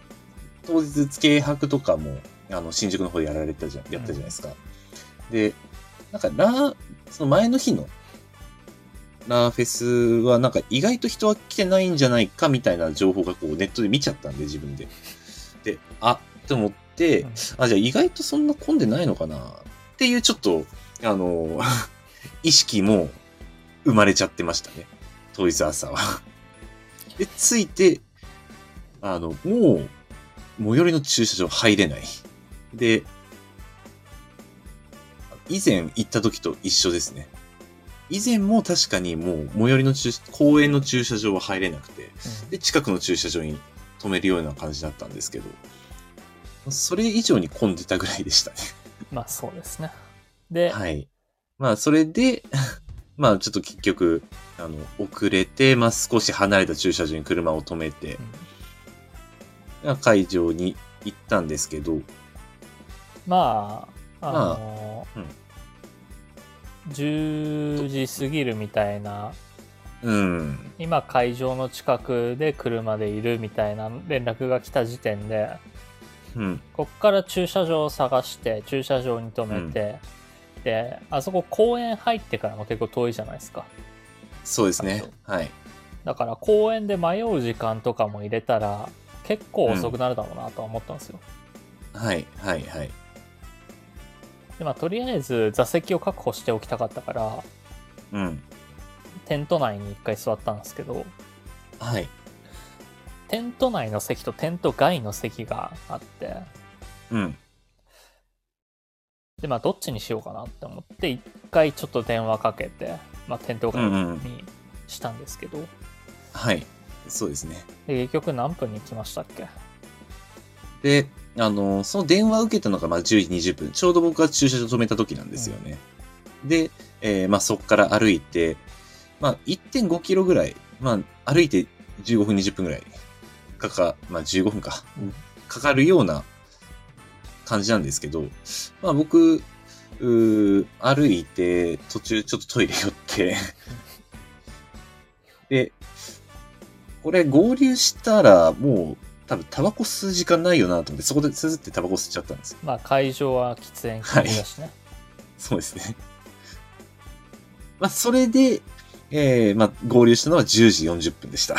[SPEAKER 3] 当日付け泊とかも、あの、新宿の方でやられたじゃん、やったじゃないですか。で、なんか、ラー、その前の日の、ラーフェスは、なんか意外と人は来てないんじゃないかみたいな情報がこうネットで見ちゃったんで、自分で。で、あ、と思って、
[SPEAKER 1] うん
[SPEAKER 3] あ、じゃあ意外とそんな混んでないのかなっていうちょっと、あの、 意識も生まれちゃってましたね。当日朝は。 で、着いて、あの、もう、最寄りの駐車場入れない。で、以前行った時と一緒ですね。以前も確かにもう最寄りの駐公園の駐車場は入れなくて、で、近くの駐車場に止めるような感じだったんですけど、それ以上に混んでたぐらいでしたね。
[SPEAKER 1] まあ、そうですね。で、
[SPEAKER 3] はい。まあ、それで、 まあ、ちょっと結局、あの、遅れて、まあ、少し離れた駐車場に車を止めて
[SPEAKER 1] う、ん
[SPEAKER 3] 会場に行ったんですけど、
[SPEAKER 1] まあ、あの
[SPEAKER 3] まあ
[SPEAKER 1] 10時過ぎるみたいな、
[SPEAKER 3] うん。
[SPEAKER 1] 今会場の近くで車でいるみたいな連絡が来た時点で、
[SPEAKER 3] うん。
[SPEAKER 1] こっから駐車場を探して、駐車場に止めて、で、あそこ公園入ってからも結構遠いじゃないですか。
[SPEAKER 3] そうですね。はい。
[SPEAKER 1] だから公園で迷う時間とかも入れたら、結構遅くなるだろうなとは思ったんですよ。
[SPEAKER 3] はい、はい、はい。
[SPEAKER 1] で、まあ、とりあえず座席を確保しておきたかったから、
[SPEAKER 3] うん。
[SPEAKER 1] テント内に一回座ったんですけど、
[SPEAKER 3] はい。
[SPEAKER 1] テント内の席とテント外の席があって、
[SPEAKER 3] うん。
[SPEAKER 1] で、まあ、どっちにしようかなって思って、一回ちょっと電話かけて、まあ、テント
[SPEAKER 3] う
[SPEAKER 1] 外
[SPEAKER 3] ん、うん。
[SPEAKER 1] にしたんですけど、
[SPEAKER 3] はい。そうですね。
[SPEAKER 1] で結局何分に来ましたっけ
[SPEAKER 3] で、あの、その電話を受けたのが、まあ、10時20分。ちょうど僕が駐車場止めた時なんですよね。で、えーまあ、そこから歩いて、まあ、1.5キロぐらい、まあ、歩いて15分、20分ぐらいかか、まあ、15分か
[SPEAKER 1] うん、
[SPEAKER 3] かかるような感じなんですけど、まあ、僕、うー歩いて、途中ちょっとトイレ寄って、で、これ合流したら、もう、多分タバコ吸う時間ないよなと思って、そこでスズってタバコ吸っちゃったんですよ。
[SPEAKER 1] まあ、会場は喫煙禁止だしね。
[SPEAKER 3] そうですね。まあ、それで、えー、まあ、合流したのは10時40分でした。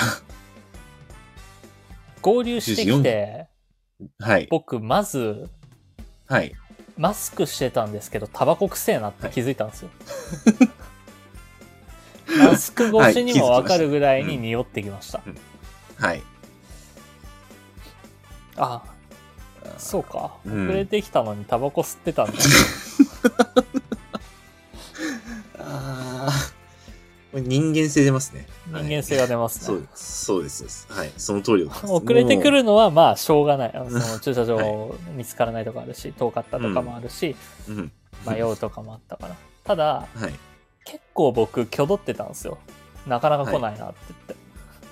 [SPEAKER 1] 合流してきて、
[SPEAKER 3] はい。
[SPEAKER 1] 僕、まず、
[SPEAKER 3] はい。
[SPEAKER 1] マスクしてたんですけど、タバコくせえなって気づいたんですよ。 マスク越しにもわかるぐらいに匂ってきました。
[SPEAKER 3] はい。
[SPEAKER 1] あそうか。
[SPEAKER 3] うん
[SPEAKER 1] 遅れてきたのにタバコ吸ってたんだ。
[SPEAKER 3] あー人間性出ますね。
[SPEAKER 1] 人間性が出ま
[SPEAKER 3] ますそ
[SPEAKER 1] ね。
[SPEAKER 3] うそうですそうです。はい。その通りでございま す
[SPEAKER 1] 遅れてくるのはまあしょうがない。 その駐車場見つからないとかあるし、遠かったとかもあるし、
[SPEAKER 3] もううん。
[SPEAKER 1] 迷うとかもあったから。ただ、
[SPEAKER 3] はい。
[SPEAKER 1] 結構僕、挙動ってたんですよ。なかなか来ないなって言って。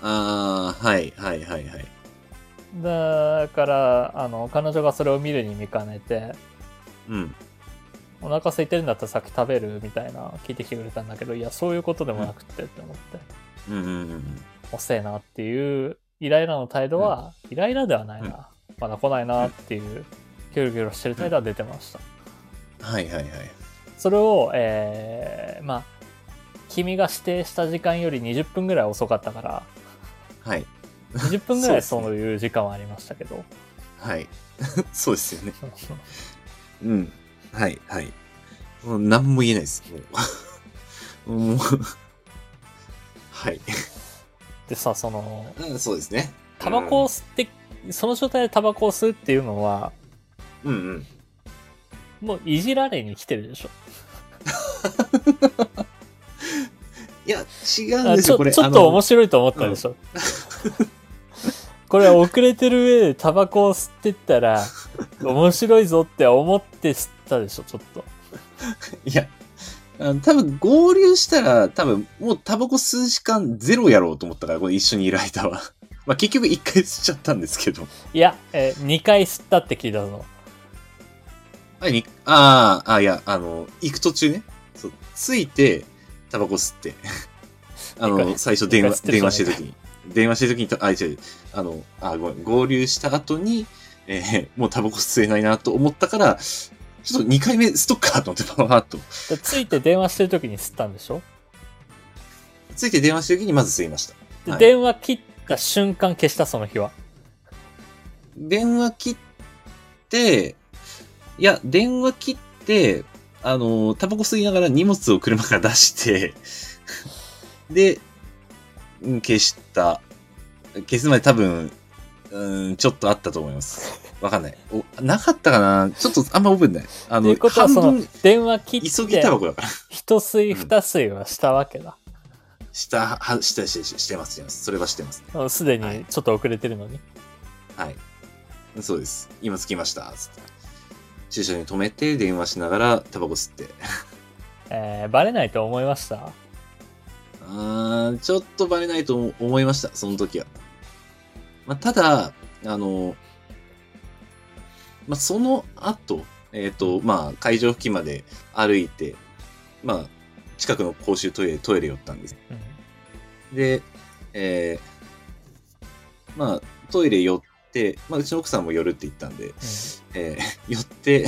[SPEAKER 3] ああ、はい、はい、はい、はい。
[SPEAKER 1] だから、あの、彼女がそれを見るに見かねて、
[SPEAKER 3] うん。
[SPEAKER 1] お腹空いてるんだったら先食べるみたいな聞いてきてくれたんだけど、いや、そういうことでもなくってって思って、
[SPEAKER 3] うん、うん、うん。
[SPEAKER 1] 遅えなっていう、イライラの態度は、イライラではないな。まだ来ないなっていう、キョロキョロしてる態度は出てました。
[SPEAKER 3] はい、はい、はい。
[SPEAKER 1] それを、えーまあ、君が指定した時間より20分ぐらい遅かった から、
[SPEAKER 3] はい。
[SPEAKER 1] 20分ぐらい
[SPEAKER 3] そうです
[SPEAKER 1] そういう時間はありましたけど、
[SPEAKER 3] はい。 そうですよね。うん。はい、はい。もう何も言えないです。もう。 もう。はい。
[SPEAKER 1] でさ、その、
[SPEAKER 3] うん、そうですね。
[SPEAKER 1] タバコを吸って、その状態でタバコを吸うっていうのは、
[SPEAKER 3] うん、うん、うん。
[SPEAKER 1] もういじられに来てるでしょ。
[SPEAKER 3] いや、違うん
[SPEAKER 1] あ
[SPEAKER 3] です
[SPEAKER 1] ち
[SPEAKER 3] よ、
[SPEAKER 1] ょ
[SPEAKER 3] これ。
[SPEAKER 1] ちょっと面白いと思ったでしょ。これ遅れてる上でタバコを吸ってったら、面白いぞって思って吸ったでしょ、ちょっと。
[SPEAKER 3] いや、あの多分合流したら、多分もうタバコ吸う時間ゼロやろうと思ったから、これ一緒にいる間は。 まあ結局一回吸っちゃったんですけど。
[SPEAKER 1] いや、え2回吸ったって聞いたの。
[SPEAKER 3] あ、にあーあ、いや、あの、行く途中ね。そう、着いて、タバコ吸って。 あ
[SPEAKER 1] 一
[SPEAKER 3] の、
[SPEAKER 1] 回
[SPEAKER 3] 最初電
[SPEAKER 1] 一
[SPEAKER 3] 話、
[SPEAKER 1] 回吸ってる
[SPEAKER 3] 電
[SPEAKER 1] 人
[SPEAKER 3] 話してる時に。電話してる時にた、あ、違う違う、あの、あ、ごめん、合流した後に、えーもうタバコ吸えないなと思ったから、ちょっと2回目吸っとくかと思って、パワーっと。
[SPEAKER 1] でついて電話してる時に吸ったんでしょ
[SPEAKER 3] ついて電話してる時にまず吸いました。
[SPEAKER 1] で、
[SPEAKER 3] はい
[SPEAKER 1] 電話切った瞬間消したその日は
[SPEAKER 3] 電話切って、いや、電話切って、あの、タバコ吸いながら荷物を車から出して、 で、うん消した。消すまで多分、うん、ちょっとあったと思います。わかんない。おなかったかなちょっとあんま覚えてない。あ
[SPEAKER 1] とい
[SPEAKER 3] の、
[SPEAKER 1] うことは
[SPEAKER 3] 半
[SPEAKER 1] その
[SPEAKER 3] 分
[SPEAKER 1] 電話切
[SPEAKER 3] 急
[SPEAKER 1] っ
[SPEAKER 3] ぎ
[SPEAKER 1] て
[SPEAKER 3] タバコだから。
[SPEAKER 1] 一吸い
[SPEAKER 3] うん
[SPEAKER 1] 二吸いはしたわけだ
[SPEAKER 3] した、は、した、して、してしてます、してます。それはしてますね。
[SPEAKER 1] あのすで
[SPEAKER 3] は
[SPEAKER 1] に
[SPEAKER 3] い
[SPEAKER 1] ちょっと遅れてるのに、
[SPEAKER 3] はい。そうです。今着きました。つって。駐車場に止めて、電話しながらタバコ吸って。
[SPEAKER 1] えーバレないと思いました
[SPEAKER 3] あーちょっとバレないと思いました、その時は。まあ、ただ、あの、まあ、その後、えっ、と、まあ、会場付近まで歩いて、まあ、近くの公衆トイレ、トイレ寄ったんです。
[SPEAKER 1] うん
[SPEAKER 3] で、えーまあ、トイレ寄って、まあ、うちの奥さんも寄るって言ったん
[SPEAKER 1] ち
[SPEAKER 3] で、えー 寄って、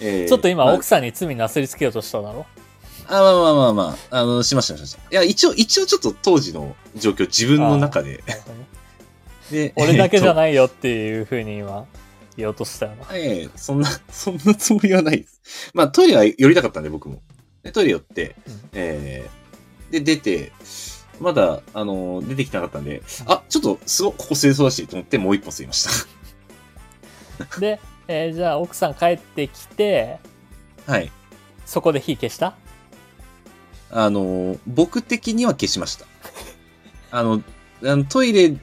[SPEAKER 3] えー
[SPEAKER 1] ょっと今
[SPEAKER 3] まあ
[SPEAKER 1] 奥さんに罪なすりつけようとしただろ
[SPEAKER 3] あ、まあまあまあまあ、あの、しましたしました。いや、一応、一応ちょっと当時の状況、自分の中で。
[SPEAKER 1] なるほどね
[SPEAKER 3] で
[SPEAKER 1] 俺だけじゃ
[SPEAKER 3] い。
[SPEAKER 1] ないよっていうふうに今言おうとしたよ な
[SPEAKER 3] えっとええ そんな、そんなつもりはないです。まあ、トイレは寄りたかったんで、僕も。で、トイレ寄って、
[SPEAKER 1] うん
[SPEAKER 3] ええで、出て、まだ、あの出てきてなかったんで、あ、ちょっと、すごい、ここ清掃だし、と思って、もう一本吸いまし
[SPEAKER 1] で、えーじゃあ奥さん帰ってきて
[SPEAKER 3] た。 はい。
[SPEAKER 1] そこで火消した
[SPEAKER 3] あの僕的には消し ました。あの、あのトイレ、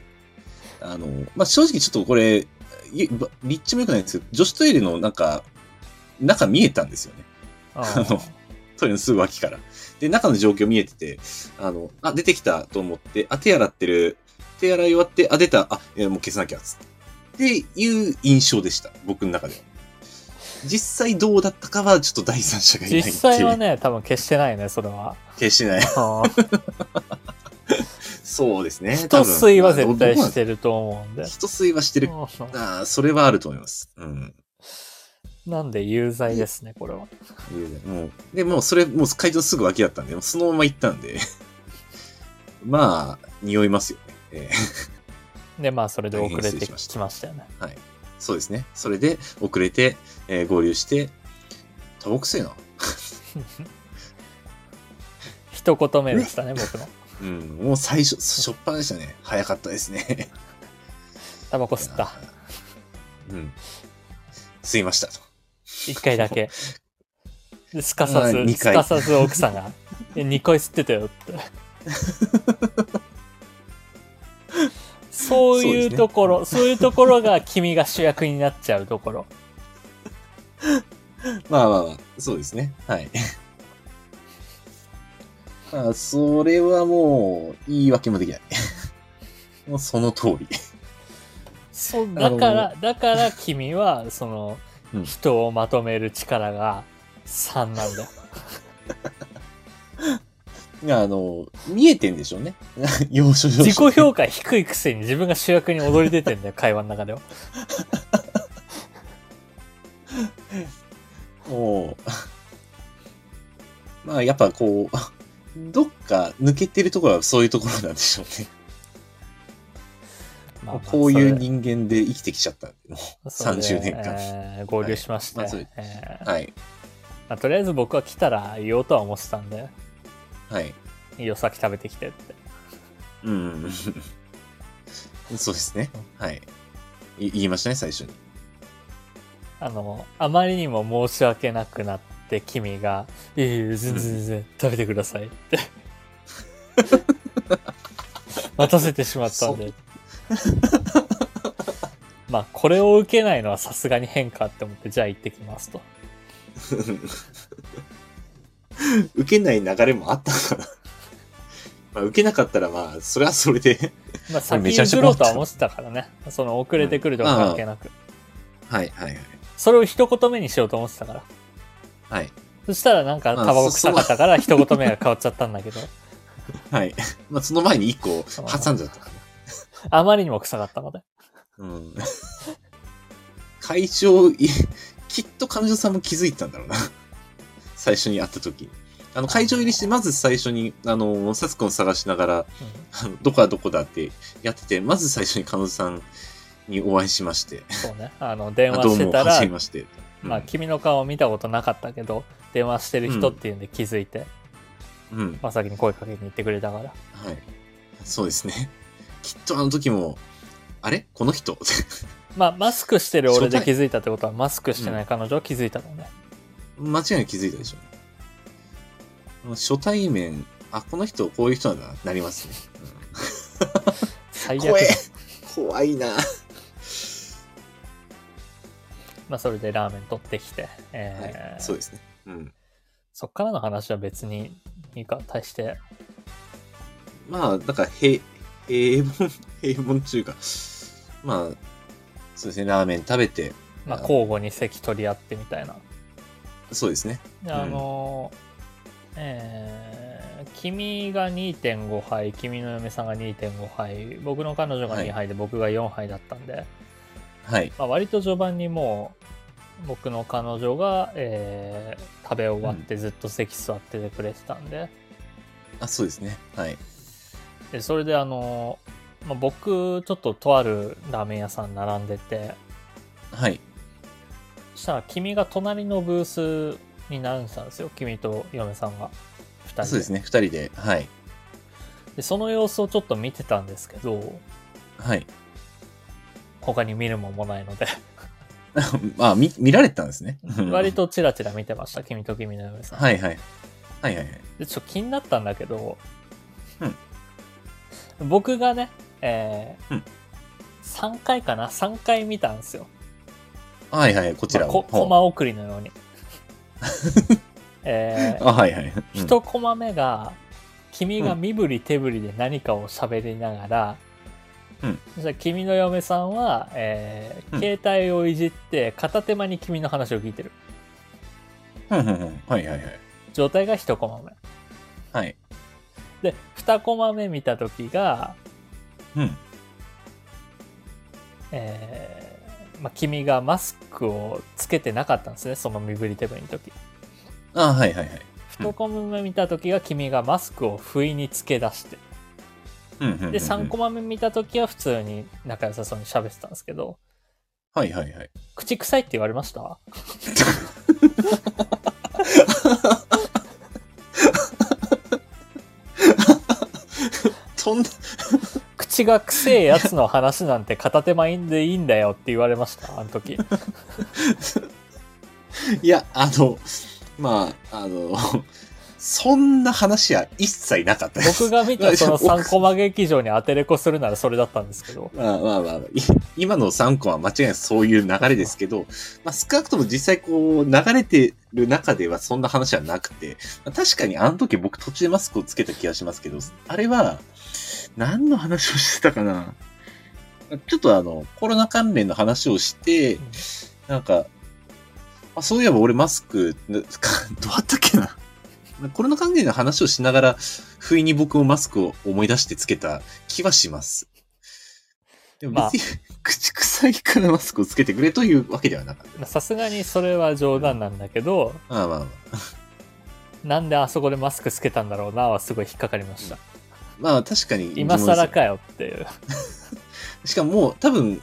[SPEAKER 3] あのまあ、正直ちょっとこれ、いば立地も良くないんですけど、女子トイレのなんか、中見えたんですよね。
[SPEAKER 1] うん
[SPEAKER 3] あのトイレのすぐ脇から。で、中の状況見えてて、あの、あ、出てきたと思って、あ、手洗ってる。手洗い終わって、あ、出た。あ、いや、もう消さなきゃ、つって。っていう印象でした。僕の中では。実際どうだったかは、ちょっと第三者がいない
[SPEAKER 1] 実
[SPEAKER 3] っていう。
[SPEAKER 1] 際はね多分消してないねそれは
[SPEAKER 3] 消してない。
[SPEAKER 1] うん
[SPEAKER 3] そうですね。
[SPEAKER 1] 一吸いは絶対して
[SPEAKER 3] る。
[SPEAKER 1] ると思うんで。
[SPEAKER 3] 一吸いはしてる。ああ、それはあると思います。うん。
[SPEAKER 1] なんで有罪ですね、これは。
[SPEAKER 3] もう、で、もうそれ、もう会場すぐ脇だったんで、もうそのまま行ったんで。まあ、匂いますよね。ええ
[SPEAKER 1] で、まあ、それで遅れて
[SPEAKER 3] 大変失礼しました
[SPEAKER 1] きましたよね。
[SPEAKER 3] はい。そうですね。それで、遅れて、えー合流して、タバコ臭いな。
[SPEAKER 1] 一言目でしたね、僕の。
[SPEAKER 3] うん、もう最初、しょっぱなでしたね。早かったです ね。
[SPEAKER 1] タバコ吸った。。
[SPEAKER 3] うん。吸いましたと。
[SPEAKER 1] 一回だけ。ですかさ
[SPEAKER 3] あ
[SPEAKER 1] ず、
[SPEAKER 3] 二
[SPEAKER 1] す
[SPEAKER 3] 回
[SPEAKER 1] かさず奥さんが、え二回吸ってたよって。そう
[SPEAKER 3] そ
[SPEAKER 1] い
[SPEAKER 3] うです
[SPEAKER 1] う
[SPEAKER 3] ね
[SPEAKER 1] ところ、そう,、いうところが君が主役になっちゃうところ。
[SPEAKER 3] まあまあまあ、そうですね。はい。 まあ、それはもう、言い訳もできない。 もうその通り。
[SPEAKER 1] そう、
[SPEAKER 3] あ
[SPEAKER 1] だ
[SPEAKER 3] の
[SPEAKER 1] から、だから君は、その
[SPEAKER 3] う、ん
[SPEAKER 1] 人をまとめる力が3なんだよ。
[SPEAKER 3] あの、見えてんでしょうね。 要所要所。
[SPEAKER 1] 自己評価低いくせに自分が主役に躍り出てんだよ、会話の中では。
[SPEAKER 3] も う、まあやっぱこう、 どっか抜けてるところはそういうところなんでしょうね。
[SPEAKER 1] まあまあ
[SPEAKER 3] こういう
[SPEAKER 1] それ
[SPEAKER 3] 人間で生きてきちゃったんでも
[SPEAKER 1] それで
[SPEAKER 3] 30年間
[SPEAKER 1] えー合流しまして、
[SPEAKER 3] はいまあそれ
[SPEAKER 1] えー
[SPEAKER 3] うはい。
[SPEAKER 1] まあとりあえず僕は来たら言おうとは思ってたんで、
[SPEAKER 3] はい。
[SPEAKER 1] いいよ、先食べてきてって。
[SPEAKER 3] うん。 そうですね。はい。い言いましたね、最初に。
[SPEAKER 1] あの、あまりにも申し訳なくなって、君が、いやいや、全然全然食べてくだ さいって。待たせてしまったんで。 まあ、これを受けないのはさすがに変かって思って、じゃあ行ってきますと。
[SPEAKER 3] 受けない流れもあったのから。 まあ、受けなかったら、まあ、それはそれで。
[SPEAKER 1] まあ、
[SPEAKER 3] これ
[SPEAKER 1] 先
[SPEAKER 3] めちゃく
[SPEAKER 1] 譲
[SPEAKER 3] ちゃ
[SPEAKER 1] ろうとは思ってたからね。その、遅れてくるとか関係なく。
[SPEAKER 3] はい、はい、はい。
[SPEAKER 1] それを一言目にしようと思ってたから。
[SPEAKER 3] はい。
[SPEAKER 1] そしたらなんか、タバコ臭かったから、一言目が変わっちゃったんだけど、
[SPEAKER 3] はい。まあ、その前に一個挟んじゃったから。
[SPEAKER 1] あまりにも臭かったので。
[SPEAKER 3] うん。会長、いきっと彼女さんも気づいたんだろうな。 最初に会った時あの、会場入りして、まず最初に、あの、サツコン探しながら、
[SPEAKER 1] う ん
[SPEAKER 3] あのどこはどこだってやってて、まず最初に彼女さんにお会いしまして、
[SPEAKER 1] そうね。あの、電
[SPEAKER 3] あ
[SPEAKER 1] 話
[SPEAKER 3] どう
[SPEAKER 1] して
[SPEAKER 3] も、
[SPEAKER 1] た
[SPEAKER 3] は
[SPEAKER 1] ら
[SPEAKER 3] じめ、まして。うん
[SPEAKER 1] まあ、君の顔を見たことなかったけど、電話してる人っていうんで気づいて、
[SPEAKER 3] うん。
[SPEAKER 1] まあ、先に声かけに行ってくれたから。
[SPEAKER 3] はい。そうですね。きっとあの時も、あれこの人
[SPEAKER 1] まあ、マスクしてる俺で
[SPEAKER 3] 初
[SPEAKER 1] 気
[SPEAKER 3] 対
[SPEAKER 1] づいたってことは、マスクしてない彼女は気づいたのね。
[SPEAKER 3] 間違いなく気づいたでしょうね。初対面、あ、この人、こういう人なんだな、なりますね。
[SPEAKER 1] 最悪だ
[SPEAKER 3] 怖え 怖いな。
[SPEAKER 1] まあ、それでラーメン取ってきて、
[SPEAKER 3] は
[SPEAKER 1] え
[SPEAKER 3] い、
[SPEAKER 1] ー
[SPEAKER 3] そうですね。うん。
[SPEAKER 1] そっからの話は別に、いいか、対して、
[SPEAKER 3] まあ、だから、平、平 凡、平凡中か。まあ、そうですね、ラーメン食べて、
[SPEAKER 1] まあ、
[SPEAKER 3] うん
[SPEAKER 1] 交互に席取り合ってみたいな。
[SPEAKER 3] そうですね。
[SPEAKER 1] であのーえー君が2.5杯君の嫁さんが2.5杯僕の彼女が2杯で僕が4杯だったんで、
[SPEAKER 3] はい。
[SPEAKER 1] まあ、割と序盤にもう僕の彼女が、えー食べ終わってずっと席座っててくれてたんで,、
[SPEAKER 3] あ、そうですね。はい。
[SPEAKER 1] でそれであのー、まあ、僕ちょっととあるラーメン屋さん並んでて
[SPEAKER 3] はい。
[SPEAKER 1] そしたら君が隣のブースに並んでたんですよ君と嫁さんが2人
[SPEAKER 3] そうですね、二人で。はい。
[SPEAKER 1] でその様子をちょっと見てたんですけど
[SPEAKER 3] はい。
[SPEAKER 1] 他に見るもんもないので
[SPEAKER 3] まあ、見、見られてたんですね。
[SPEAKER 1] 割。とチラチラ見てました君と君の嫁さん、
[SPEAKER 3] はいはい。はいはいはい。
[SPEAKER 1] でちょっと気になったんだけど、僕がね、えー
[SPEAKER 3] うん
[SPEAKER 1] 3回かな3回見たんですよ
[SPEAKER 3] はいはい、こちら
[SPEAKER 1] まあ
[SPEAKER 3] を。
[SPEAKER 1] こコ
[SPEAKER 3] ほ
[SPEAKER 1] マ送りのように え
[SPEAKER 3] う
[SPEAKER 1] ー
[SPEAKER 3] あ、はいはい。うん
[SPEAKER 1] 一コマ目が君が身振り手振りで何かを喋りながら、
[SPEAKER 3] うん
[SPEAKER 1] そしたら君の嫁さんは、えー
[SPEAKER 3] うん
[SPEAKER 1] 携帯をいじって片手間に君の話を聞いてる
[SPEAKER 3] ふんふんふんはいはいはい。
[SPEAKER 1] 状態が一コマ目
[SPEAKER 3] はい。
[SPEAKER 1] で二コマ目見た時が、
[SPEAKER 3] うん。
[SPEAKER 1] えーまあ、君がマスクをつけてなかったんですねその身振り手振りの時
[SPEAKER 3] あ、はいはいはい。うん
[SPEAKER 1] 一コマ目見た時が君がマスクを不意につけ出して
[SPEAKER 3] うんうんうんうん。
[SPEAKER 1] で3コマ目見た時は普通に仲良さそうに喋ってたんですけど
[SPEAKER 3] はいはいはい。
[SPEAKER 1] 口臭いって言われました
[SPEAKER 3] とんだ、
[SPEAKER 1] 口が臭えやつの話なんて片手間でいいんだよって言われましたあの時
[SPEAKER 3] いや、あの、まあ、あの、そんな話は一切なかったです。
[SPEAKER 1] 僕が見たその3コマ劇場にアテレコするならそれだったんですけど。
[SPEAKER 3] まあまあまあ、い今の3個は間違いなくそういう流れですけど、まあ少なくとも実際こう流れてる中ではそんな話はなくて、まあ確かにあの時僕途中でマスクをつけた気がしますけど、あれは何の話をしてたかなちょっとあの、コロナ関連の話をして、なんか、あそういえば俺マスク、などうだったっけなコロナ関連の話をしながら、不意に僕もマスクを思い出してつけた気はします。でも別に、 口臭いからマスクをつけてくれというわけではなかった。
[SPEAKER 1] まあさすがにそれは冗談なんだけど、
[SPEAKER 3] まあまあまあ。
[SPEAKER 1] なんであそこでマスクつけたんだろうなはすごい引っかかりました。
[SPEAKER 3] まあ確かに疑
[SPEAKER 1] 今
[SPEAKER 3] 問ですよ
[SPEAKER 1] 更かよっていう。
[SPEAKER 3] しかももう多分、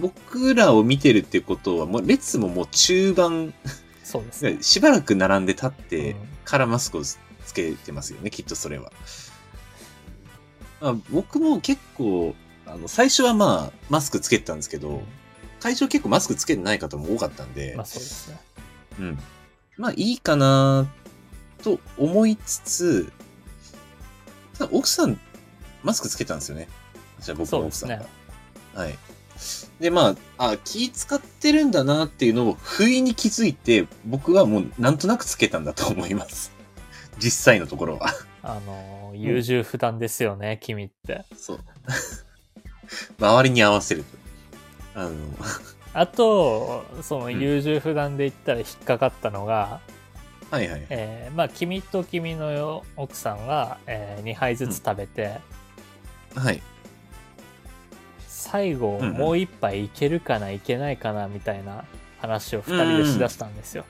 [SPEAKER 3] 僕らを見てるってことは、もう列ももう中盤、
[SPEAKER 1] そうですね。
[SPEAKER 3] しばらく並んで立っ
[SPEAKER 1] う
[SPEAKER 3] て
[SPEAKER 1] ん
[SPEAKER 3] からマスクをつけてますよね、きっとそれは。まあ、僕も結構、あの、最初はまあ、マスクつけてたんですけど、会場結構マスクつけてない方も多かったんで、
[SPEAKER 1] まあそうですね。
[SPEAKER 3] うん。まあいいかなと思いつつ、ただ奥さん、マスクつけたんですよね。じゃあ僕の奥さんが。
[SPEAKER 1] そうで
[SPEAKER 3] はい。で、まあ、あ、気使ってるんだなっていうのを不意に気づいて、僕はもうなんとなくつけたんだと思います。 実際のところは。
[SPEAKER 1] あのー、優柔不断ですよね、君って。
[SPEAKER 3] そう。 周りに合わせると。あの、
[SPEAKER 1] あと、その
[SPEAKER 3] ん
[SPEAKER 1] 優柔不断で言ったら引っかかったのが、
[SPEAKER 3] はいはい。
[SPEAKER 1] えーまあ君と君の奥さんが、え2杯ずつ食べて、
[SPEAKER 3] はい。
[SPEAKER 1] 最後
[SPEAKER 3] うんうん
[SPEAKER 1] もう一杯いけるかないけないかなみたいな話を2人でしだしたんですよ、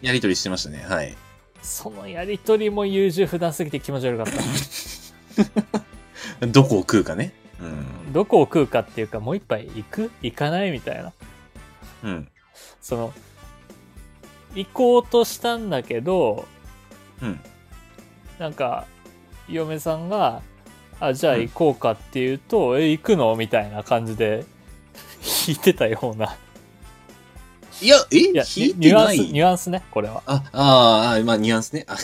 [SPEAKER 3] やりとりしてましたね。はい。
[SPEAKER 1] そのやり取りも優柔不断すぎて気持ち悪かった
[SPEAKER 3] どこを食うかね。うん。
[SPEAKER 1] どこを食うかっていうかもう一杯行く行かないみたいな
[SPEAKER 3] うん。
[SPEAKER 1] その行こうとしたんだけど
[SPEAKER 3] うん。
[SPEAKER 1] なんか嫁さんが「あじゃあ行こうか」っていうと「え行くの?」みたいな感じで 引いてたようない
[SPEAKER 3] や、え
[SPEAKER 1] いや
[SPEAKER 3] 引い
[SPEAKER 1] ニ
[SPEAKER 3] て
[SPEAKER 1] ュアン
[SPEAKER 3] な
[SPEAKER 1] ス
[SPEAKER 3] い
[SPEAKER 1] ニュアンスねこれは
[SPEAKER 3] あ、あーあー、まあ、ニュアンスね。あ、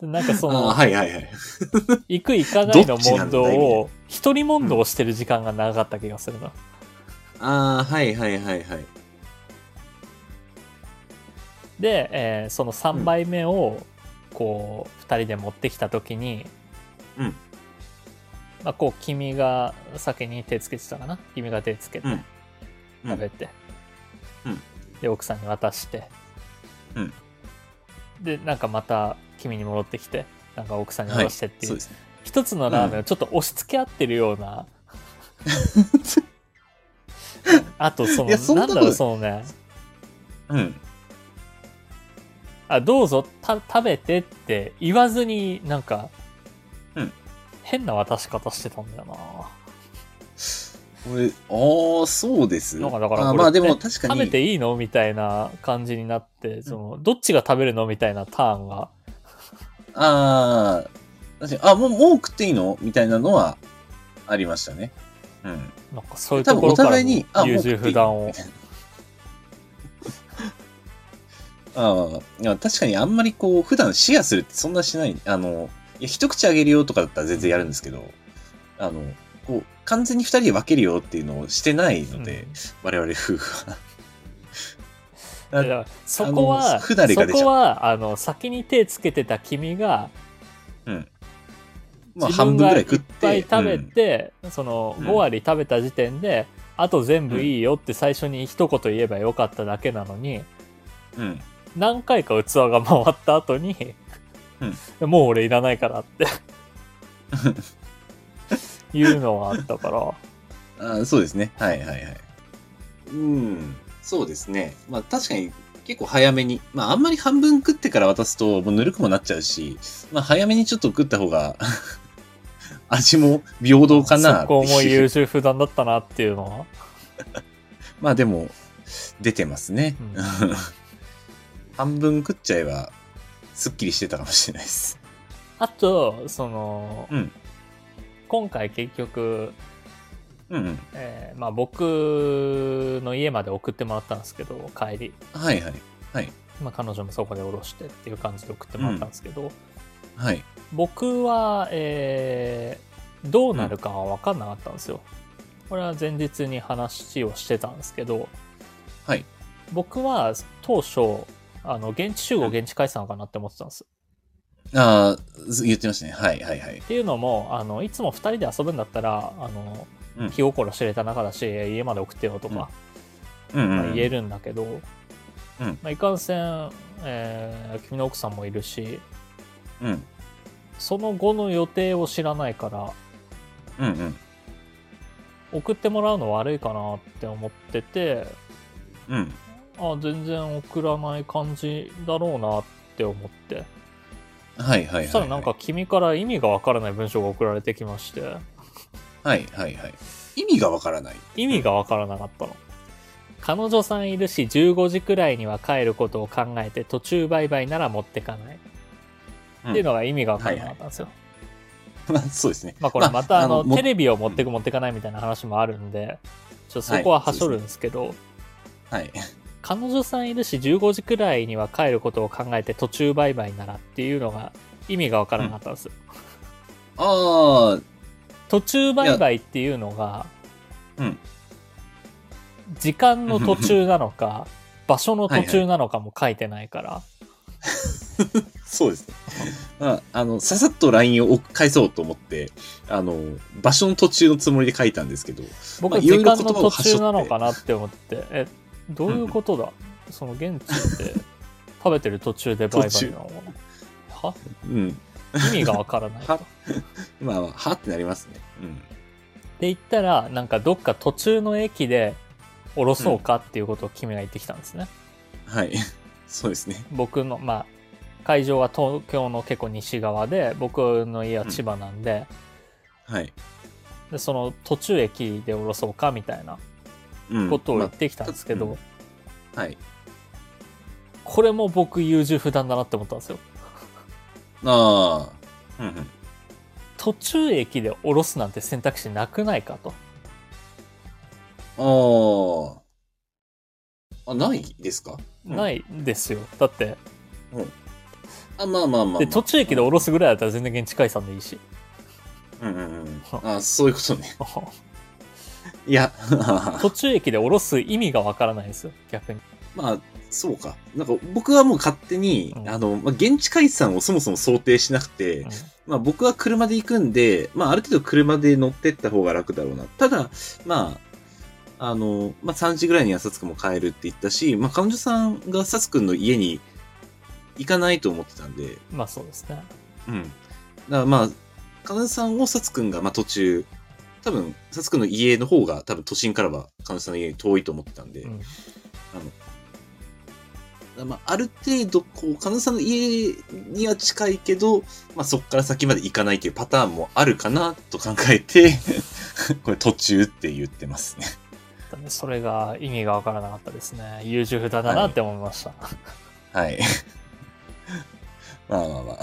[SPEAKER 1] なんかその
[SPEAKER 3] あーはいはいはい。
[SPEAKER 1] 行く行かないの
[SPEAKER 3] どっちな
[SPEAKER 1] 問
[SPEAKER 3] ん
[SPEAKER 1] 答
[SPEAKER 3] だいみたいな
[SPEAKER 1] を一人問答してる時間が長かった気がするな、
[SPEAKER 3] ああ、はいはいはいはい。
[SPEAKER 1] で、えーその3杯目をこう2人で持ってきた時に、
[SPEAKER 3] うん
[SPEAKER 1] まあ、こう君が酒に手つけてたかな君が手つけて
[SPEAKER 3] うんうん
[SPEAKER 1] 食べて、
[SPEAKER 3] うん
[SPEAKER 1] で奥さんに渡して、
[SPEAKER 3] うん
[SPEAKER 1] でなんかまた君に戻ってきてなんか奥さんに
[SPEAKER 3] はい
[SPEAKER 1] 渡してっていう、
[SPEAKER 3] そうですね。
[SPEAKER 1] 一つのラーメンをちょっと押し付け合ってるよう な、あとそ
[SPEAKER 3] いや
[SPEAKER 1] の
[SPEAKER 3] そんな
[SPEAKER 1] なん
[SPEAKER 3] こと
[SPEAKER 1] だろうそのね
[SPEAKER 3] うん。
[SPEAKER 1] あどうぞた食べてって言わずになんか、
[SPEAKER 3] うん
[SPEAKER 1] 変な渡し方してたんだよな
[SPEAKER 3] これ、ああ、そうです。
[SPEAKER 1] なんかだからこ
[SPEAKER 3] あー
[SPEAKER 1] れ
[SPEAKER 3] まあで
[SPEAKER 1] ね
[SPEAKER 3] も確かに。
[SPEAKER 1] 食べていいのみたいな感じになってそのどっちが食べるのみたいなターンが
[SPEAKER 3] ああ、確かに、あ、もう、もう食っていいのみたいなのはありましたね。うん。
[SPEAKER 1] なんかそういう
[SPEAKER 3] 多
[SPEAKER 1] と
[SPEAKER 3] 分
[SPEAKER 1] こ
[SPEAKER 3] お
[SPEAKER 1] ろから
[SPEAKER 3] 互いに、あ、
[SPEAKER 1] も
[SPEAKER 3] もう
[SPEAKER 1] 優
[SPEAKER 3] 食
[SPEAKER 1] 柔
[SPEAKER 3] ってい
[SPEAKER 1] 不
[SPEAKER 3] い
[SPEAKER 1] 断
[SPEAKER 3] の
[SPEAKER 1] を
[SPEAKER 3] みたいな。 ああ、いや確かにあんまりこう、普段シェアするってそんなしない。あの、いや、一口あげるよとかだったら全然やるんですけど、あの、こう、完全に二人で分けるよっていうのをしてないので、
[SPEAKER 1] うん
[SPEAKER 3] 我々夫婦は。
[SPEAKER 1] だからそこ
[SPEAKER 3] あの
[SPEAKER 1] は
[SPEAKER 3] 不慣れが出ちゃう
[SPEAKER 1] そこはあの先に手つけてた君が
[SPEAKER 3] まあ、
[SPEAKER 1] 自分
[SPEAKER 3] 半分
[SPEAKER 1] が
[SPEAKER 3] ぐ
[SPEAKER 1] いっ
[SPEAKER 3] らい食って。
[SPEAKER 1] ぱい食べ
[SPEAKER 3] うん
[SPEAKER 1] て、その
[SPEAKER 3] うん
[SPEAKER 1] 5割食べた時点で、あと全部いいよって最初に一言言えばよかっただけなのに
[SPEAKER 3] うん。
[SPEAKER 1] 何回か器が回った後に、もう俺いらないからって言うのがあったから
[SPEAKER 3] あそうですね。はいはいはい。うん。そうですね。まあ確かに結構早めに。まああんまり半分食ってから渡すともうぬるくもなっちゃうし、まあ早めにちょっと食った方が 味も平等かな
[SPEAKER 1] そこも
[SPEAKER 3] っていう
[SPEAKER 1] 優柔不断だったなっていうのは
[SPEAKER 3] まあでも出てますね。
[SPEAKER 1] うん
[SPEAKER 3] 半分食っちゃえばすっきりしてたかもしれないです。
[SPEAKER 1] あとその、
[SPEAKER 3] うん
[SPEAKER 1] 今回結局、
[SPEAKER 3] うんうん。
[SPEAKER 1] えーまあ、僕の家まで送ってもらったんですけど帰り
[SPEAKER 3] はいはい。
[SPEAKER 1] まあ、彼女もそこで降ろしてっていう感じで送ってもらったんですけど、
[SPEAKER 3] はい。
[SPEAKER 1] 僕は、えーどうなるかは分かんなかったんですよ。これは前日に話をしてたんですけど、
[SPEAKER 3] はい。
[SPEAKER 1] 僕は当初、あの、現地集合、
[SPEAKER 3] うん
[SPEAKER 1] 現地解散かなって思ってたんです。
[SPEAKER 3] ああ、ず言ってましたね。はい、はい、はい
[SPEAKER 1] っ。ていうのも、あの、いつも2人で遊ぶんだったら、あの
[SPEAKER 3] う、ん
[SPEAKER 1] 気心知れた仲だし、家まで送ってよとか、
[SPEAKER 3] うん、
[SPEAKER 1] まあ
[SPEAKER 3] うん。
[SPEAKER 1] 言えるんだけど、まあ、いかんせん、えー君の奥さんもいるし、
[SPEAKER 3] うん、
[SPEAKER 1] その後の予定を知らないから、
[SPEAKER 3] うん、うん。
[SPEAKER 1] 送ってもらうの悪いかなって思ってて、
[SPEAKER 3] うん。
[SPEAKER 1] あ全然送らない感じだろうなって思って
[SPEAKER 3] はい、はい、はい。
[SPEAKER 1] そしたらなんか、君から意味がわからない文章が送られてきまして
[SPEAKER 3] はい、はい、はい。意味がわからない。
[SPEAKER 1] 意味がわからなかったの彼女さんいるし15時くらいには帰ることを考えて途中売買なら持ってかない、
[SPEAKER 3] うん
[SPEAKER 1] っていうのが意味がわからなかったんですよ、
[SPEAKER 3] まあ、そうですね。
[SPEAKER 1] まあこれまたあの
[SPEAKER 3] も
[SPEAKER 1] テレビを持ってく持ってかないみたいな話もあるんでちょっとそこははしょるんですけど、
[SPEAKER 3] はい。
[SPEAKER 1] 彼女さんいるし15時くらいには帰ることを考えて途中売買ならっていうのが意味がわからなかったんですよ、
[SPEAKER 3] ああ、
[SPEAKER 1] 途中売買っていうのが、
[SPEAKER 3] うん
[SPEAKER 1] 時間の途中なのか場所の途中なのかも書いてないから、
[SPEAKER 3] そうですね。まあ、あの、ささっと LINE を返そうと思って、あの、場所の途中のつもりで書いたんですけど、
[SPEAKER 1] 僕
[SPEAKER 3] ま
[SPEAKER 1] は
[SPEAKER 3] あいろ
[SPEAKER 1] 時
[SPEAKER 3] いろ
[SPEAKER 1] 間
[SPEAKER 3] 言
[SPEAKER 1] の
[SPEAKER 3] 葉を
[SPEAKER 1] 途
[SPEAKER 3] 端折って
[SPEAKER 1] 中なのかなって思って、えどういうことだ、その現地で食べてる途中で売買なのは
[SPEAKER 3] うん。
[SPEAKER 1] 意味がわからないと。っ
[SPEAKER 3] は、まあ、はってなりますね。うん。
[SPEAKER 1] て言ったらなんかどっか途中の駅で降ろそうかっていうことを君が言ってきたんですね。
[SPEAKER 3] はい。 そうですね。
[SPEAKER 1] 僕のまあ会場は東京の結構西側で僕の家は千葉なんで,、
[SPEAKER 3] はい。
[SPEAKER 1] でその途中駅で降ろそうかみたいな
[SPEAKER 3] うん。
[SPEAKER 1] ことを言っ
[SPEAKER 3] ま
[SPEAKER 1] てきたんですけど、
[SPEAKER 3] まああはい。
[SPEAKER 1] これも僕優柔不断だなって思ったんですよ
[SPEAKER 3] ああ。うんうん。
[SPEAKER 1] 途中駅で降ろすなんて選択肢なくないかと
[SPEAKER 3] ああ。あ、ないですかうん
[SPEAKER 1] ないですよだって
[SPEAKER 3] あ、まあまあまあ、まあ。
[SPEAKER 1] で途中駅で降ろすぐらいだったら全然現地解散でいい し
[SPEAKER 3] うんうんうん。あそういうことね。い や、
[SPEAKER 1] 途中駅で降ろす意味がわからないですよ逆に
[SPEAKER 3] まあ、そうか。なんか僕はもう勝手に、
[SPEAKER 1] うん
[SPEAKER 3] あの、まあ、現地解散をそもそも想定しなくて、まあ僕は車で行くんで、まあある程度車で乗ってった方が楽だろうな。ただ、まあ、あの、まあ3時ぐらいにはサツくんも帰るって言ったし、まあ彼女さんがサツくんの家に行かないと思ってたんで、
[SPEAKER 1] うんまあそうですね
[SPEAKER 3] うん。だからまあ、彼女さんをサツくんがまあ途中、多分、サツくんの家の方が多分都心からは彼女さんの家に遠いと思ってたんで、
[SPEAKER 1] うん
[SPEAKER 3] まあ、ある程度、こう、カナさんの家には近いけど、まあ、そこから先まで行かないというパターンもあるかなと考えて、 これ途中って言ってますね。
[SPEAKER 1] だねそれが意味がわからなかったですね優柔不断だなって思いま した、
[SPEAKER 3] はい。 まあまあまあ。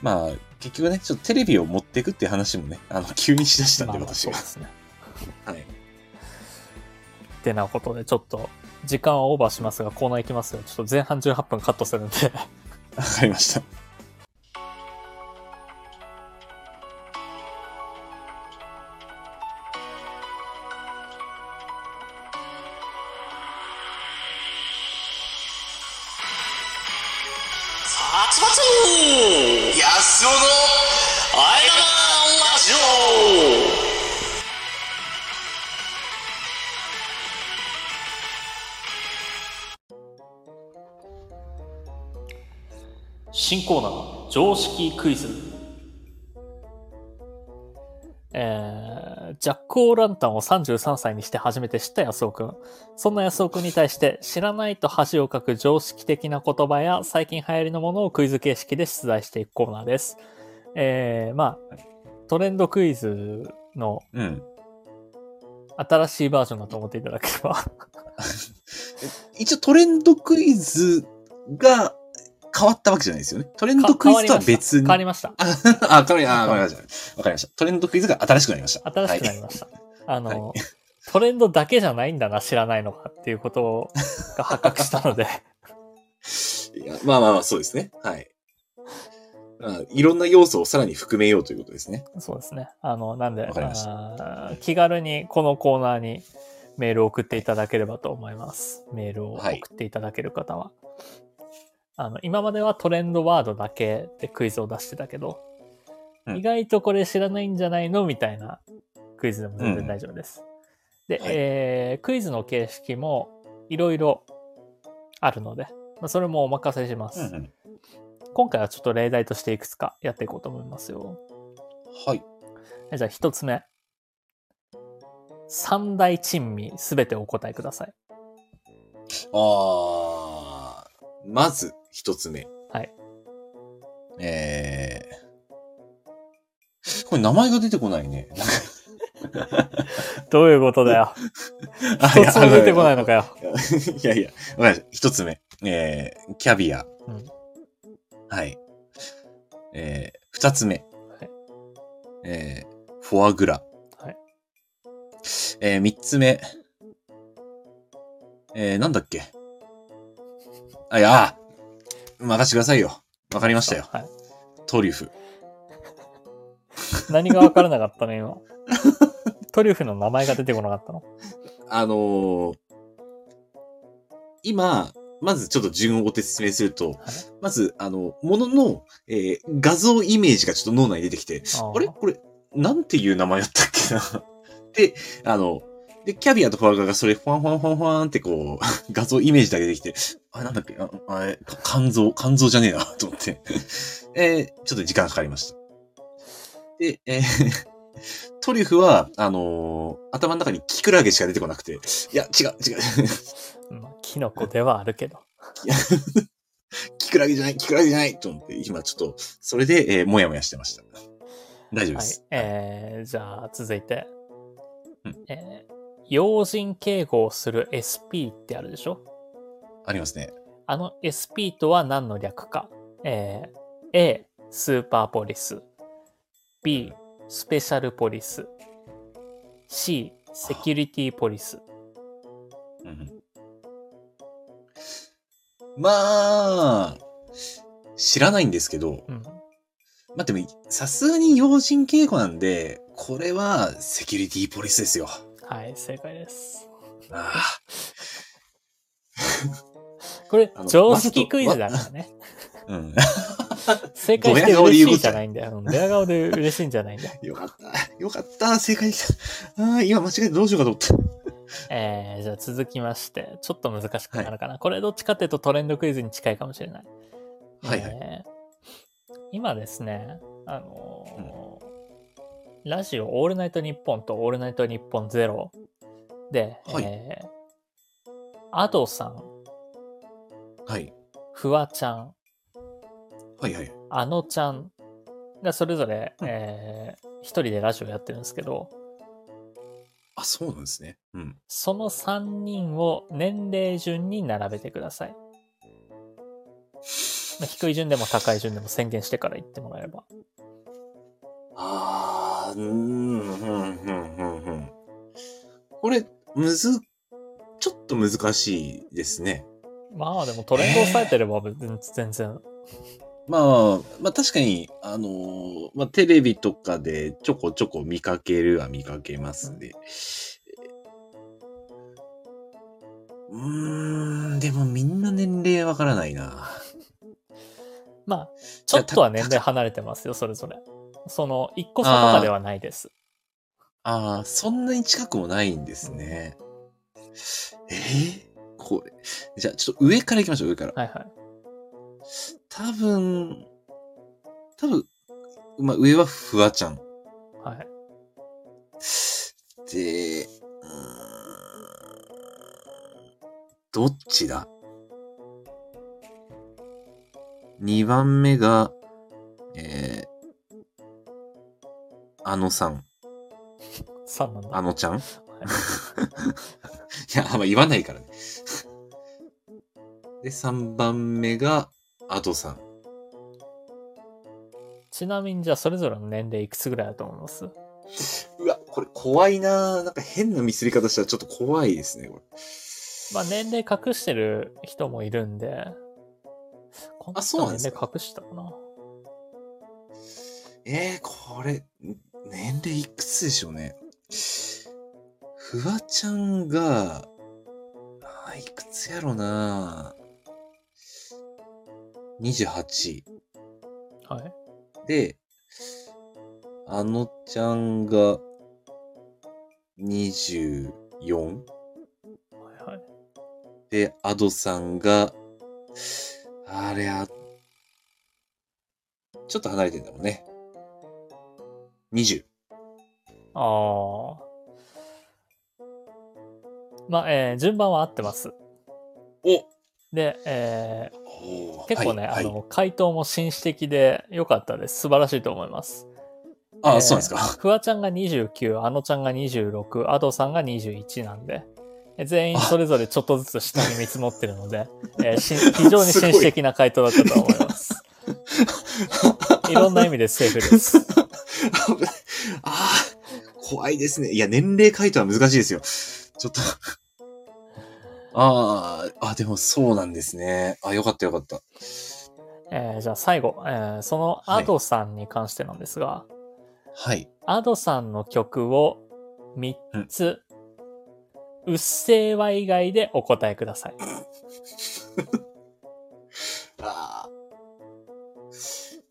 [SPEAKER 3] まあ、結局ね、ちょっとテレビを持っていくっていう話もね、あの、急にしだしたん
[SPEAKER 1] ま
[SPEAKER 3] で、
[SPEAKER 1] あまあ
[SPEAKER 3] 私
[SPEAKER 1] そう
[SPEAKER 3] が
[SPEAKER 1] で。すね
[SPEAKER 3] はい。
[SPEAKER 1] ってなことでちょっと時間はオーバーしますがコーナー行きますよちょっと前半18分カットするんで
[SPEAKER 3] わかりました。
[SPEAKER 4] 殺伐安尾のあえがラジオ
[SPEAKER 1] 新コーナー常識クイズえー、ジャック・オー・ランタンを33歳にして初めて知った安尾くん。そんな安尾くんに対して知らないと恥をかく常識的な言葉や最近流行りのものをクイズ形式で出題していくコーナーです。えー、まあ、トレンドクイズの
[SPEAKER 3] うん。
[SPEAKER 1] 新しいバージョンだと思っていただければ。
[SPEAKER 3] 一応トレンドクイズが変わったわけじゃないですよね。トレンドクイズとは別に
[SPEAKER 1] 変わ。りました。
[SPEAKER 3] あ、あ、わかり、あ、わかりました。わかりました。トレンドクイズが新しくなりました。
[SPEAKER 1] 新しくな
[SPEAKER 3] はい
[SPEAKER 1] りました。あの、トレンドだけじゃないんだな、知らないのかっていうことが発覚したので。
[SPEAKER 3] いやまあまあまあ、そうですね。はい。まあ、いろんな要素をさらに含めようということですね。
[SPEAKER 1] そうですね。あの、なんで、
[SPEAKER 3] わかりました
[SPEAKER 1] あー気軽にこのコーナーにメールを送っていただければと思います。メールを送
[SPEAKER 3] はい
[SPEAKER 1] っていただける方は。あの、今まではトレンドワードだけでクイズを出してたけど、
[SPEAKER 3] うん
[SPEAKER 1] 意外とこれ知らないんじゃないのみたいなクイズでも全然大丈夫です。で、
[SPEAKER 3] はい
[SPEAKER 1] えークイズの形式もいろいろあるので、まあ、それもお任せします、
[SPEAKER 3] ん、
[SPEAKER 1] 今回はちょっと例題としていくつかやっていこうと思いますよ。
[SPEAKER 3] はい。
[SPEAKER 1] じゃあ一つ目。三大珍味すべてお答えください。
[SPEAKER 3] あーまず一つ目。
[SPEAKER 1] はい。
[SPEAKER 3] えー、これ名前が出てこないね。
[SPEAKER 1] どういうことだよ。
[SPEAKER 3] あ
[SPEAKER 1] 一つも出てこないのかよ。
[SPEAKER 3] いやいや、わかりました一つ目。えー、キャビア。
[SPEAKER 1] うん
[SPEAKER 3] はい。えー、二つ目。
[SPEAKER 1] い
[SPEAKER 3] えー、フォアグラ。
[SPEAKER 1] はい
[SPEAKER 3] えー、三つ目。えー、なんだっけ。あ、いや、任してくださいよ。わかりましたよ。
[SPEAKER 1] はい。
[SPEAKER 3] トリュフ。
[SPEAKER 1] 何が分からなかったの今。 トリュフの名前が出てこなかったの。
[SPEAKER 3] あのー今、まずちょっと順をご説明すると、まず、あの、ものの、えー画像イメージがちょっと脳内に出てきて、
[SPEAKER 1] あー
[SPEAKER 3] あれこれ、なんていう名前だったっけな で、あの、で、キャビアとフォアグラがそれ、フワンフワンフワンフワンってこう、 画像イメージだけできて、あれなんだっけあ、あれ、か肝臓、肝臓じゃねえな、 と思って。えーちょっと時間かかりました。で、えー トリュフは、あのー頭の中にキクラゲしか出てこなくて、いや、違う、違う。
[SPEAKER 1] まあキノコではあるけど。
[SPEAKER 3] キクラゲじゃない、キクラゲじゃないと思って、今ちょっと、それで、えーもやもやしてました。大丈夫
[SPEAKER 1] は
[SPEAKER 3] で
[SPEAKER 1] い
[SPEAKER 3] す。。
[SPEAKER 1] えー、じゃあ続いて。
[SPEAKER 3] うん
[SPEAKER 1] えー要人警護をする SP ってあるでしょ
[SPEAKER 3] ありますね。
[SPEAKER 1] あの SP とは何の略か。えー A、スーパーポリス。B、スペシャルポリス。C、セキュリティポリス。
[SPEAKER 3] うんまあ、知らないんですけど、
[SPEAKER 1] うん。
[SPEAKER 3] まあでも、さすがに要人警護なんで、これはセキュリティポリスですよ。
[SPEAKER 1] はい、正解です。
[SPEAKER 3] あ
[SPEAKER 1] これ
[SPEAKER 3] あ、の
[SPEAKER 1] 常識クイズだからね。
[SPEAKER 3] あうん。
[SPEAKER 1] 正解して
[SPEAKER 3] ドヤ顔で
[SPEAKER 1] 嬉し
[SPEAKER 3] 言うこ
[SPEAKER 1] い
[SPEAKER 3] と
[SPEAKER 1] じゃないんだよ。うんドヤ顔で嬉しいんじゃないんだよ。
[SPEAKER 3] よかった。よかった。正解できた。ああ、今間違えてどうしようかと思っ
[SPEAKER 1] えー、じゃあ続きまして、ちょっと難しくなるかな。これどっちかっていうとトレンドクイズに近いかもしれない。
[SPEAKER 3] た。はいはい。
[SPEAKER 1] えー今ですね、あのーラジオ「オールナイトニッポン」と「オールナイトニッポンゼロで、
[SPEAKER 3] はい
[SPEAKER 1] えアドさん、
[SPEAKER 3] はい。
[SPEAKER 1] フワちゃん、
[SPEAKER 3] はいはい。
[SPEAKER 1] あのちゃんがそれぞれ、えー一人でラジオやってるんですけど、
[SPEAKER 3] あ、そうなんですね。うん。
[SPEAKER 1] その3人を年齢順に並べてください。まあ低い順でも高い順でも宣言してから言ってもらえれば。
[SPEAKER 3] ああ、うーん、うん、うん、うん、うん。これ、むず、ちょっと難しいですね。
[SPEAKER 1] まあでもトレンド押さえてれば別に全然
[SPEAKER 3] まあ、まあ確かに、あのーまあテレビとかでちょこちょこ見かけるは見かけますんで。うーん、でもみんな年齢わからないな。
[SPEAKER 1] まあ、ちょっとは年齢離れてますよ、それぞれ。その、一個差とかではないです。
[SPEAKER 3] ああ、そんなに近くもないんですね。えーこれ。じゃあちょっと上から行きましょう、上から。
[SPEAKER 1] はいはい。
[SPEAKER 3] 多分、多分、まあ上はフワちゃん。
[SPEAKER 1] はい。
[SPEAKER 3] で、うーんどっちだ ?2 番目が、えーあのさん、
[SPEAKER 1] 3なんだ。
[SPEAKER 3] あのちゃんい
[SPEAKER 1] はい
[SPEAKER 3] や、あんま言わ ないからね。で、3番目が、アドさん。
[SPEAKER 1] ちなみに、じゃあ、それぞれの年齢いくつぐらいだと思います
[SPEAKER 3] うわ、これ怖いなぁなんか変なミスり方したらちょっと怖いですね、これ。
[SPEAKER 1] まあ年齢隠してる人もいるんで、この
[SPEAKER 3] あそ
[SPEAKER 1] 人
[SPEAKER 3] うなん
[SPEAKER 1] 年
[SPEAKER 3] です
[SPEAKER 1] 齢
[SPEAKER 3] か
[SPEAKER 1] 隠したかな。
[SPEAKER 3] えー、これ、ん年齢いくつでしょうね。フワちゃんが、あーいくつやろな28。
[SPEAKER 1] はい。
[SPEAKER 3] で、あのちゃんが、24。
[SPEAKER 1] はいはい。
[SPEAKER 3] で、アドさんが、あれあ、ちょっと離れてんだもんね。20。
[SPEAKER 1] ああ。まあ、えー順番は合ってます。
[SPEAKER 3] お
[SPEAKER 1] で、えー
[SPEAKER 3] おー
[SPEAKER 1] 結構ね、
[SPEAKER 3] はい
[SPEAKER 1] あ
[SPEAKER 3] はい
[SPEAKER 1] の、回答も紳士的で良かったです。素晴らしいと思います。
[SPEAKER 3] あ、
[SPEAKER 1] えー
[SPEAKER 3] そうなんですか。
[SPEAKER 1] フワちゃんが29、あのちゃんが26、アドさんが21なんで、え全員それぞれちょっとずつ下に見積もってるので、えーし非常に紳士的な回答だったと思います。いろんな意味でセーフです。
[SPEAKER 3] 危ないあー怖いですね。いや、年齢回答は難しいですよ。ちょっと。 ああ、あ、でもそうなんですね。あ、よかったよかった。
[SPEAKER 1] えーじゃあ最後、えーそのアドさんに関してなんですが、
[SPEAKER 3] はい。
[SPEAKER 1] アドさんの曲を3つ、うっせーわ以外でお答えください。
[SPEAKER 3] あー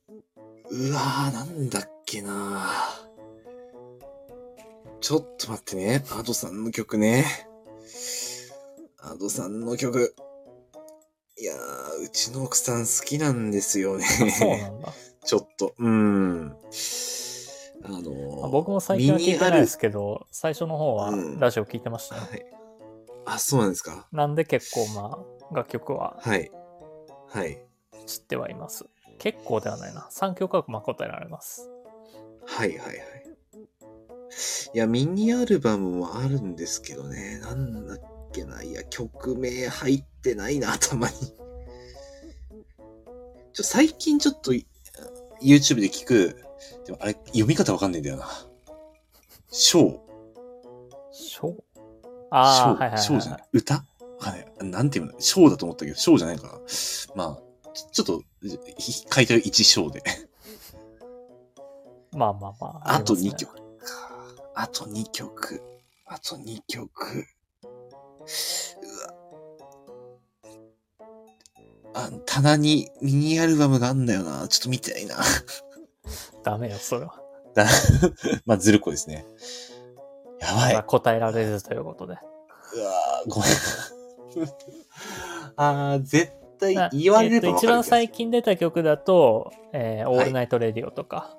[SPEAKER 3] うわー、なんだっけなちょっと待ってね。アドさんの曲ね。アドさんの曲。いやー、うちの奥さん好きなんですよね。
[SPEAKER 1] そうなんだ。
[SPEAKER 3] ちょっと、うーん。あ
[SPEAKER 1] ま
[SPEAKER 3] の
[SPEAKER 1] あ
[SPEAKER 3] ー、
[SPEAKER 1] 僕も最近は聞いてないです
[SPEAKER 3] け
[SPEAKER 1] けど、最初の方は
[SPEAKER 3] うん
[SPEAKER 1] ラジオ聞いてましたね。
[SPEAKER 3] はい。あ、そうなんですか。
[SPEAKER 1] なんで結構まあ、楽曲は
[SPEAKER 3] はい。はい。
[SPEAKER 1] 知ってはいます。結構ではないな。3曲はまあ答えられます。
[SPEAKER 3] はいはいはい。いや、ミニアルバムもあるんですけどね。なんだっけな。いや、曲名入ってないな、頭に。ちょ、最近ちょっとい、YouTube で聞く。でも、あれ、読み方わかんないんだよな。ショー。
[SPEAKER 1] ショーああ、
[SPEAKER 3] ショー
[SPEAKER 1] はいはい
[SPEAKER 3] ショーじゃ
[SPEAKER 1] は
[SPEAKER 3] ない
[SPEAKER 1] い。。
[SPEAKER 3] 歌わかんない。なんていうのショーだと思ったけど、ショーじゃないかな。まあ、ちょちょっと、ひ回答1章で。
[SPEAKER 1] まあまあまあ。
[SPEAKER 3] あと
[SPEAKER 1] り
[SPEAKER 3] 2
[SPEAKER 1] ますね
[SPEAKER 3] 曲か。あと2曲。あと2曲。うわ。あ、棚にミニアルバムがあんだよな。ちょっと見たい な。
[SPEAKER 1] ダメよ、それは。
[SPEAKER 3] だまあ、ずるっこですね。やばい。
[SPEAKER 1] まあ答えられるということで。
[SPEAKER 3] うわーごめん。 あー、絶対
[SPEAKER 1] な
[SPEAKER 3] 言われれば
[SPEAKER 1] えっ
[SPEAKER 3] わ
[SPEAKER 1] と、一番
[SPEAKER 3] かる気がする
[SPEAKER 1] 最近出た曲だと、えー
[SPEAKER 3] い
[SPEAKER 1] オールナイトレディオとか、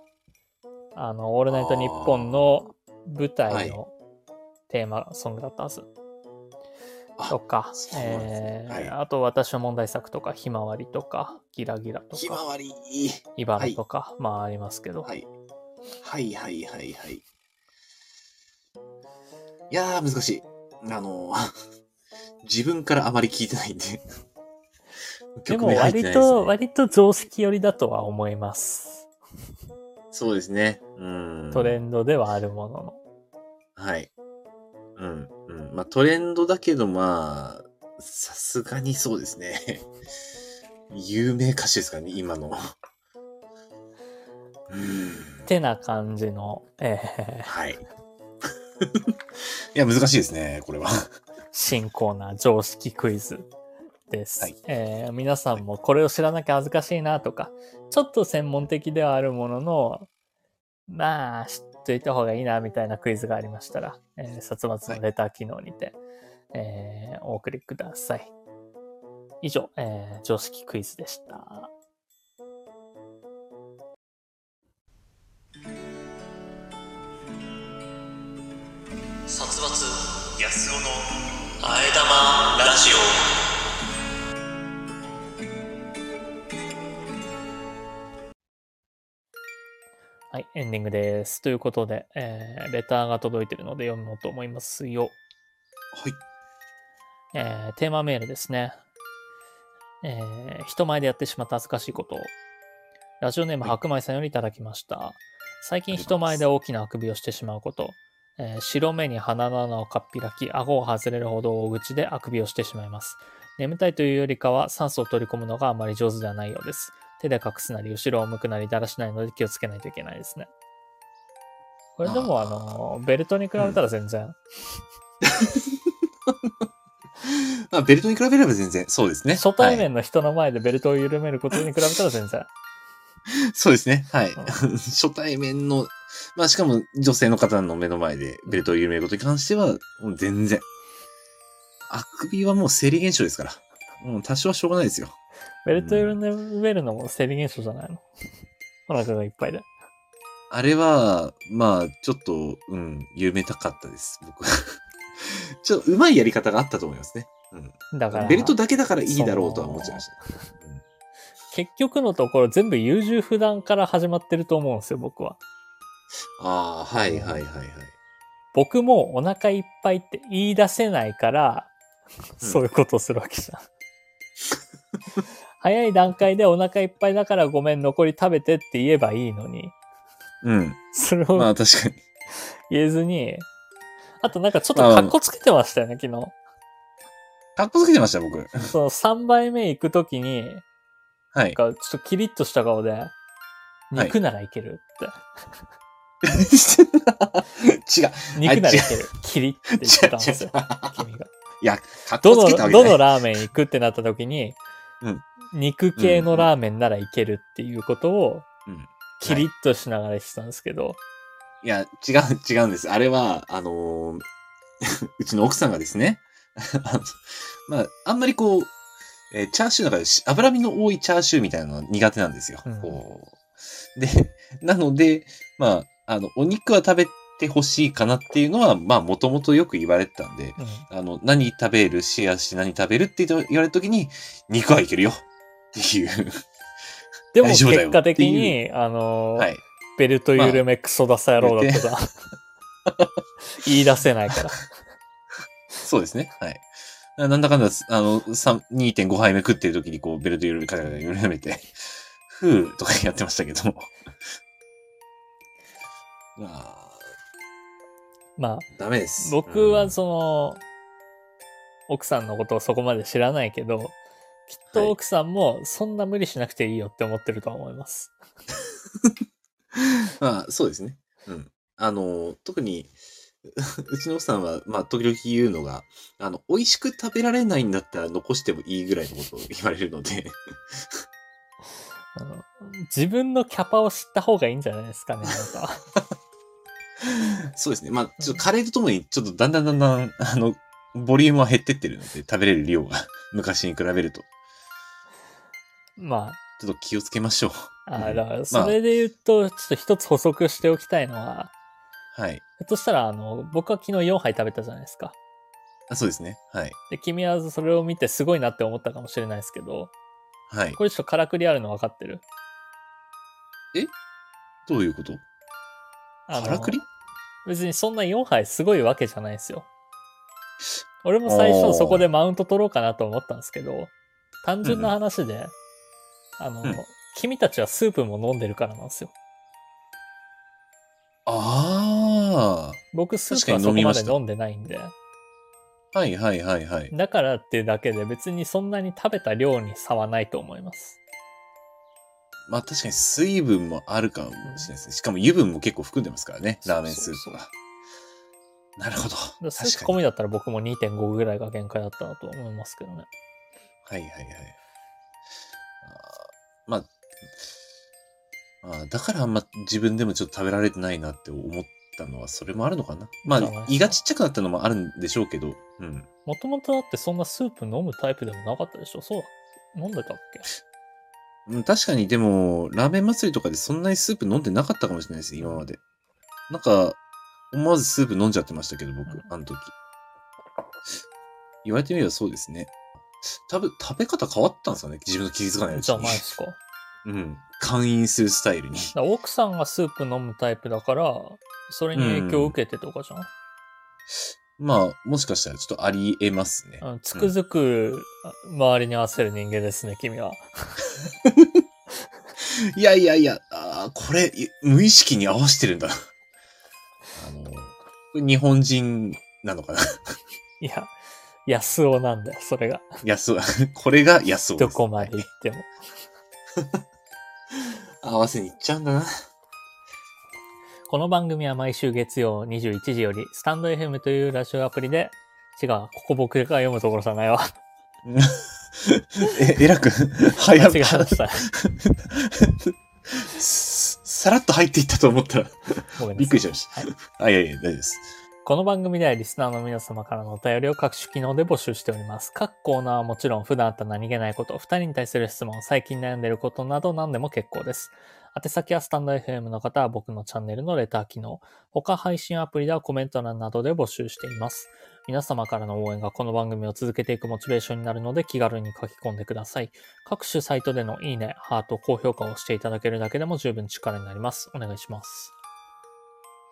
[SPEAKER 1] あの、オールナイトニッポンの舞台のテーマソングだったはず。
[SPEAKER 3] あ
[SPEAKER 1] とか
[SPEAKER 3] そ、うなんです
[SPEAKER 1] え
[SPEAKER 3] ね
[SPEAKER 1] ー
[SPEAKER 3] はい
[SPEAKER 1] あと私の問題作とか、ひまわりとか、ギラギラと
[SPEAKER 3] ひま
[SPEAKER 1] か、
[SPEAKER 3] わり。
[SPEAKER 1] 茨とか、まあありますけど、
[SPEAKER 3] はい。はいはいはいはい。いやー、難しい。あのー、 自分からあまり聞いてないんで。
[SPEAKER 1] で
[SPEAKER 3] 曲
[SPEAKER 1] も
[SPEAKER 3] 名入って
[SPEAKER 1] 割
[SPEAKER 3] ないですね
[SPEAKER 1] と、割と常識寄りだとは思います。
[SPEAKER 3] そうですね。うん。
[SPEAKER 1] トレンドではあるものの。
[SPEAKER 3] はい。うん、うん。まあトレンドだけど、まあ、さすがにそうですね。 有名歌手ですからね、今の。うん。
[SPEAKER 1] てな感じの、えー
[SPEAKER 3] はい。 いや、難しいですね、これは。
[SPEAKER 1] 新コーナー常識クイズです、
[SPEAKER 3] はい
[SPEAKER 1] えー皆さんもこれを知らなきゃ恥ずかしいなとか、ちょっと専門的ではあるものの、まあ、知っといた方がいいなみたいなクイズがありましたら、えー、殺伐のレター機能にて、えーお送りください。以上、えー常識クイズでした。
[SPEAKER 4] 殺伐安男のあえ玉ラジオ
[SPEAKER 1] はい、エンディングです。ということで、えーレターが届いてるので読もうと思いますよ。
[SPEAKER 3] はい。
[SPEAKER 1] えーテーマメールですね。えー人前でやってしまった恥ずかしいことを。ラジオネーム
[SPEAKER 3] はい
[SPEAKER 1] 白米さんよりいただきました。最近
[SPEAKER 3] ありがと
[SPEAKER 1] 人
[SPEAKER 3] うござい
[SPEAKER 1] 前
[SPEAKER 3] ます
[SPEAKER 1] で大きなあくびをしてしまうこと。えー白目に鼻の穴をかっぴらき、顎を外れるほど大口であくびをしてしまいます。眠たいというよりかは酸素を取り込むのがあまり上手ではないようです。手で隠すなり、後ろを向くなり、だらしないので気をつけないといけないですね。これでもあの、ベルトに比べたら全然。
[SPEAKER 3] まあ、ベルトに比べれば全然、そうですね。
[SPEAKER 1] 初対
[SPEAKER 3] はい
[SPEAKER 1] 面の人の前でベルトを緩めることに比べたら全然。
[SPEAKER 3] そうですね。はい。
[SPEAKER 1] うん
[SPEAKER 3] 初対面の、まあしかも女性の方の目の前でベルトを緩めることに関しては、もう全然。あくびはもう生理現象ですから。もう多少はしょうがないですよ。
[SPEAKER 1] ベルト緩めるのも生理現象じゃないのお腹がいっぱいで。
[SPEAKER 3] あれは、まあちょっと、うん、緩めたかったです。僕は。 ちょっとうまいやり方があったと思いますね。
[SPEAKER 1] だから、
[SPEAKER 3] ベルトだけだからいいだろうとは思っちゃいました。
[SPEAKER 1] 結局のところ全部優柔不断から始まってると思うんですよ、僕は。
[SPEAKER 3] ああ、はいはいはいはい。
[SPEAKER 1] 僕もお腹いっぱいって言い出せないから、
[SPEAKER 3] うん
[SPEAKER 1] そういうことをするわけじゃん。早い段階でお腹いっぱいだからごめん残り食べてって言えばいいのに、
[SPEAKER 3] うん。
[SPEAKER 1] それ
[SPEAKER 3] ま
[SPEAKER 1] を
[SPEAKER 3] あ確かに。
[SPEAKER 1] 言えずに、あとなんかちょっとカッコつけてましたよね、昨日。
[SPEAKER 3] かっこつけてました、僕。は
[SPEAKER 1] その3杯目行くときに、
[SPEAKER 3] い。
[SPEAKER 1] なんかちょっとキリッとした顔で、肉ならいけるって。
[SPEAKER 3] 違う。
[SPEAKER 1] 肉ならいける。キリッって言ってたんですよ、君が。
[SPEAKER 3] いや、かっこ
[SPEAKER 1] ど
[SPEAKER 3] つけたわ
[SPEAKER 1] の、
[SPEAKER 3] けじ
[SPEAKER 1] ど
[SPEAKER 3] ゃない
[SPEAKER 1] のラーメン行くってなった時に、
[SPEAKER 3] うん
[SPEAKER 1] 肉系のラーメンならいけるっていうことを
[SPEAKER 3] うん、
[SPEAKER 1] キリッとしながら言ってたんですけど、
[SPEAKER 3] いや、違う、違うんです。あれは、あのー うちの奥さんがですね、 あのまあ、あんまりこう、えーチャーシューの中でし脂身の多いチャーシューみたいなのは苦手なんですよ。
[SPEAKER 1] うん
[SPEAKER 3] こうで、なので、まあ、あの、お肉は食べてほしいかなっていうのは、まあ、もともとよく言われてたんで、
[SPEAKER 1] うん
[SPEAKER 3] あの、何食べるシェアして何食べるって言われた時に、肉はいけるよっていう。
[SPEAKER 1] でも
[SPEAKER 3] 大丈夫だよ
[SPEAKER 1] 結果的
[SPEAKER 3] って
[SPEAKER 1] に、あのー、
[SPEAKER 3] はい。
[SPEAKER 1] ベルト緩めクソダサ野郎だったら、 言い出せないから。
[SPEAKER 3] そうですね。はい。ななんだかんだ、あの、三2.5杯目食ってる時に、こう、ベルト緩め、カチャカチャ緩めて、 ふーとかやってましたけども。 まあ、
[SPEAKER 1] まあ、
[SPEAKER 3] ダメです。
[SPEAKER 1] 僕
[SPEAKER 3] う
[SPEAKER 1] は
[SPEAKER 3] ん
[SPEAKER 1] その、奥さんのことをそこまで知らないけど、きっ
[SPEAKER 3] はい
[SPEAKER 1] と奥さんもそんな無理しなくていいよって思ってるとは思います。
[SPEAKER 3] まあ、そうですね。うん。あの、特に、 うちの奥さんは、まあ、時々言うのが、あの、美味しく食べられないんだったら残してもいいぐらいのことを言われるので、
[SPEAKER 1] あの自分のキャパを知った方がいいんじゃないですかね、なんか。
[SPEAKER 3] そうですね。まあ、ちょっとカレーとともに、ちょっとだんだんだんだん、あの、ボリュームは減ってってるので、食べれる量が、 昔に比べると。
[SPEAKER 1] ま
[SPEAKER 3] ちょっと気をつけましょう。
[SPEAKER 1] あ、あ
[SPEAKER 3] うん
[SPEAKER 1] だから
[SPEAKER 3] まあ
[SPEAKER 1] それで言うと、ちょっと一つ補足しておきたいのは、
[SPEAKER 3] はい。
[SPEAKER 1] ひょっとしたら、あの、僕は昨日4杯食べたじゃないですか。
[SPEAKER 3] あ、そうですね。はい。
[SPEAKER 1] で、君はそれを見てすごいなって思ったかもしれないですけど、
[SPEAKER 3] はい。
[SPEAKER 1] これちょっとからくりあるの分かってる
[SPEAKER 3] どういうこと
[SPEAKER 1] あの
[SPEAKER 3] からくり
[SPEAKER 1] 別にそんな4杯すごいわけじゃないんですよ。俺も最初そこでマウント取ろうかなと思ったんですけど、単純な話で、あの、
[SPEAKER 3] うん
[SPEAKER 1] 君たちはスープも飲んでるからなんですよ。
[SPEAKER 3] あ
[SPEAKER 1] 僕スープはそこまで飲んでないんで、
[SPEAKER 3] あ。はいはいはいはい。
[SPEAKER 1] だからってだけで別にそんなに食べた量に差はないと思います。
[SPEAKER 3] まあ確かに水分もあるかもしれないですね。しかも油分も結構含んでますからね。ラーメンスープは。なるほど。
[SPEAKER 1] だからスー
[SPEAKER 3] 確
[SPEAKER 1] プ
[SPEAKER 3] か
[SPEAKER 1] 込
[SPEAKER 3] に。
[SPEAKER 1] みだったら僕も2.5ぐらいが限界だったなと思いますけどね。
[SPEAKER 3] はいはいはい。あーまあ、あーだからあんま自分でもちょっと食べられてないなって思ったのはそれもあるのかな。ま
[SPEAKER 1] じゃない
[SPEAKER 3] あ
[SPEAKER 1] ですか
[SPEAKER 3] 胃がちっちゃくなったのもあるんでしょうけど。うん。
[SPEAKER 1] もともとだってそんなスープ飲むタイプでもなかったでしょそうだっけ飲んでたっけ
[SPEAKER 3] うん確かにでも、ラーメン祭りとかでそんなにスープ飲んでなかったかもしれないです、今まで。なんか、思わずスープ飲んじゃってましたけど、僕、あの時。言われてみればそうですね。多分、食べ方変わったんですよね、自分の気づかないうち
[SPEAKER 1] じゃ
[SPEAKER 3] に
[SPEAKER 1] ないで。すか。だか
[SPEAKER 3] うん。勧誘するスタイルに。
[SPEAKER 1] ら奥さんがスープ飲むタイプだから、それに影響を受けてとかじゃん。
[SPEAKER 3] まあ、もしかしたらちょっとありえますね。
[SPEAKER 1] あのつくづく周りに合わせる人間ですね、君は。
[SPEAKER 3] いやいやいや、あーこれ、い無意識に合わせてるんだな。あの、これ日本人なのかな
[SPEAKER 1] いや、安尾なんだよ、それが。
[SPEAKER 3] 安尾。 これが安尾で
[SPEAKER 1] ど
[SPEAKER 3] す。
[SPEAKER 1] こまで行っても。
[SPEAKER 3] 合わせに行っちゃうんだな。
[SPEAKER 1] この番組は毎週月曜21時より、スタンド FM というラジオアプリで、違う、ここ僕が読むところじゃないわ。
[SPEAKER 3] え、えらく、
[SPEAKER 1] 間 違え
[SPEAKER 3] 早く
[SPEAKER 1] ました。
[SPEAKER 3] すさらっと入っていったと思ったら、
[SPEAKER 1] ごめんなさい
[SPEAKER 3] びっくりしました。あ、いやいや、大丈夫です。
[SPEAKER 1] この番組ではリスナーの皆様からのお便りを各種機能で募集しております。各コーナーはもちろん普段あった何気ないこと、二人に対する質問、最近悩んでいることなど何でも結構です。宛先はスタンド FM の方は僕のチャンネルのレター機能、他配信アプリではコメント欄などで募集しています。皆様からの応援がこの番組を続けていくモチベーションになるので気軽に書き込んでください。各種サイトでのいいね、ハート、高評価を押していただけるだけでも十分力になります。お願いします。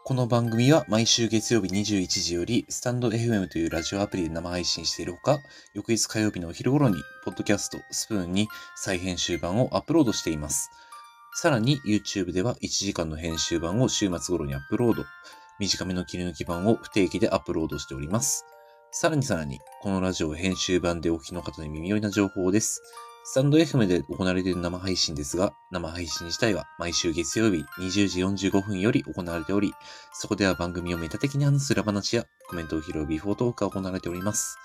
[SPEAKER 3] この番組は毎週月曜日21時より、スタンド FM というラジオアプリで生配信しているほか、翌日火曜日のお昼頃に、ポッドキャスト、スプーンに再編集版をアップロードしています。さらに、YouTube では1時間の編集版を週末頃にアップロード、短めの切り抜き版を不定期でアップロードしております。さらにさらに、このラジオ編集版でお聞きの方に耳寄りな情報です。スタンド FM で行われている生配信ですが、生配信自体は毎週月曜日20時45分より行われており、そこでは番組をメタ的に話す裏話やコメントを拾うビフォートークが行われております。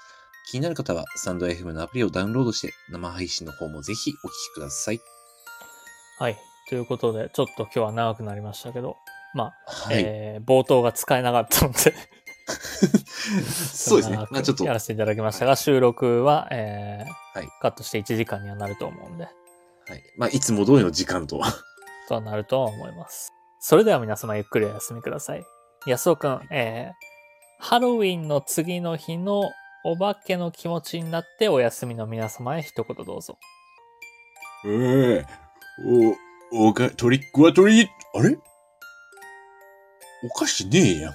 [SPEAKER 3] 気になる方は、スタンド FM のアプリをダウンロードして、生配信の方もぜひお聞きください。
[SPEAKER 1] はい。ということで、ちょっと今日は長くなりましたけど、まあ、
[SPEAKER 3] はい。
[SPEAKER 1] えー冒頭が使えなかったので、
[SPEAKER 3] そうですね。まあちょっと
[SPEAKER 1] や、らせていただきましたが、収録は、えー
[SPEAKER 3] はい
[SPEAKER 1] カットして1時間にはなると思うんで、
[SPEAKER 3] はい。まあいつも通りの時間と。
[SPEAKER 1] とはなるとは思います。それでは皆様ゆっくりお休みください。安尾くん、えーハロウィンの次の日のお化けの気持ちになってお休みの皆様へ一言どうぞ。
[SPEAKER 3] ええお、おか、トリックはトリーあれお菓子ねえやん。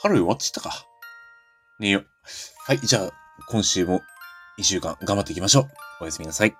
[SPEAKER 3] ハロウィン終わっちゃったか。ねえよ。はい、じゃあ、今週も一週間頑張っていきましょう。おやすみなさい。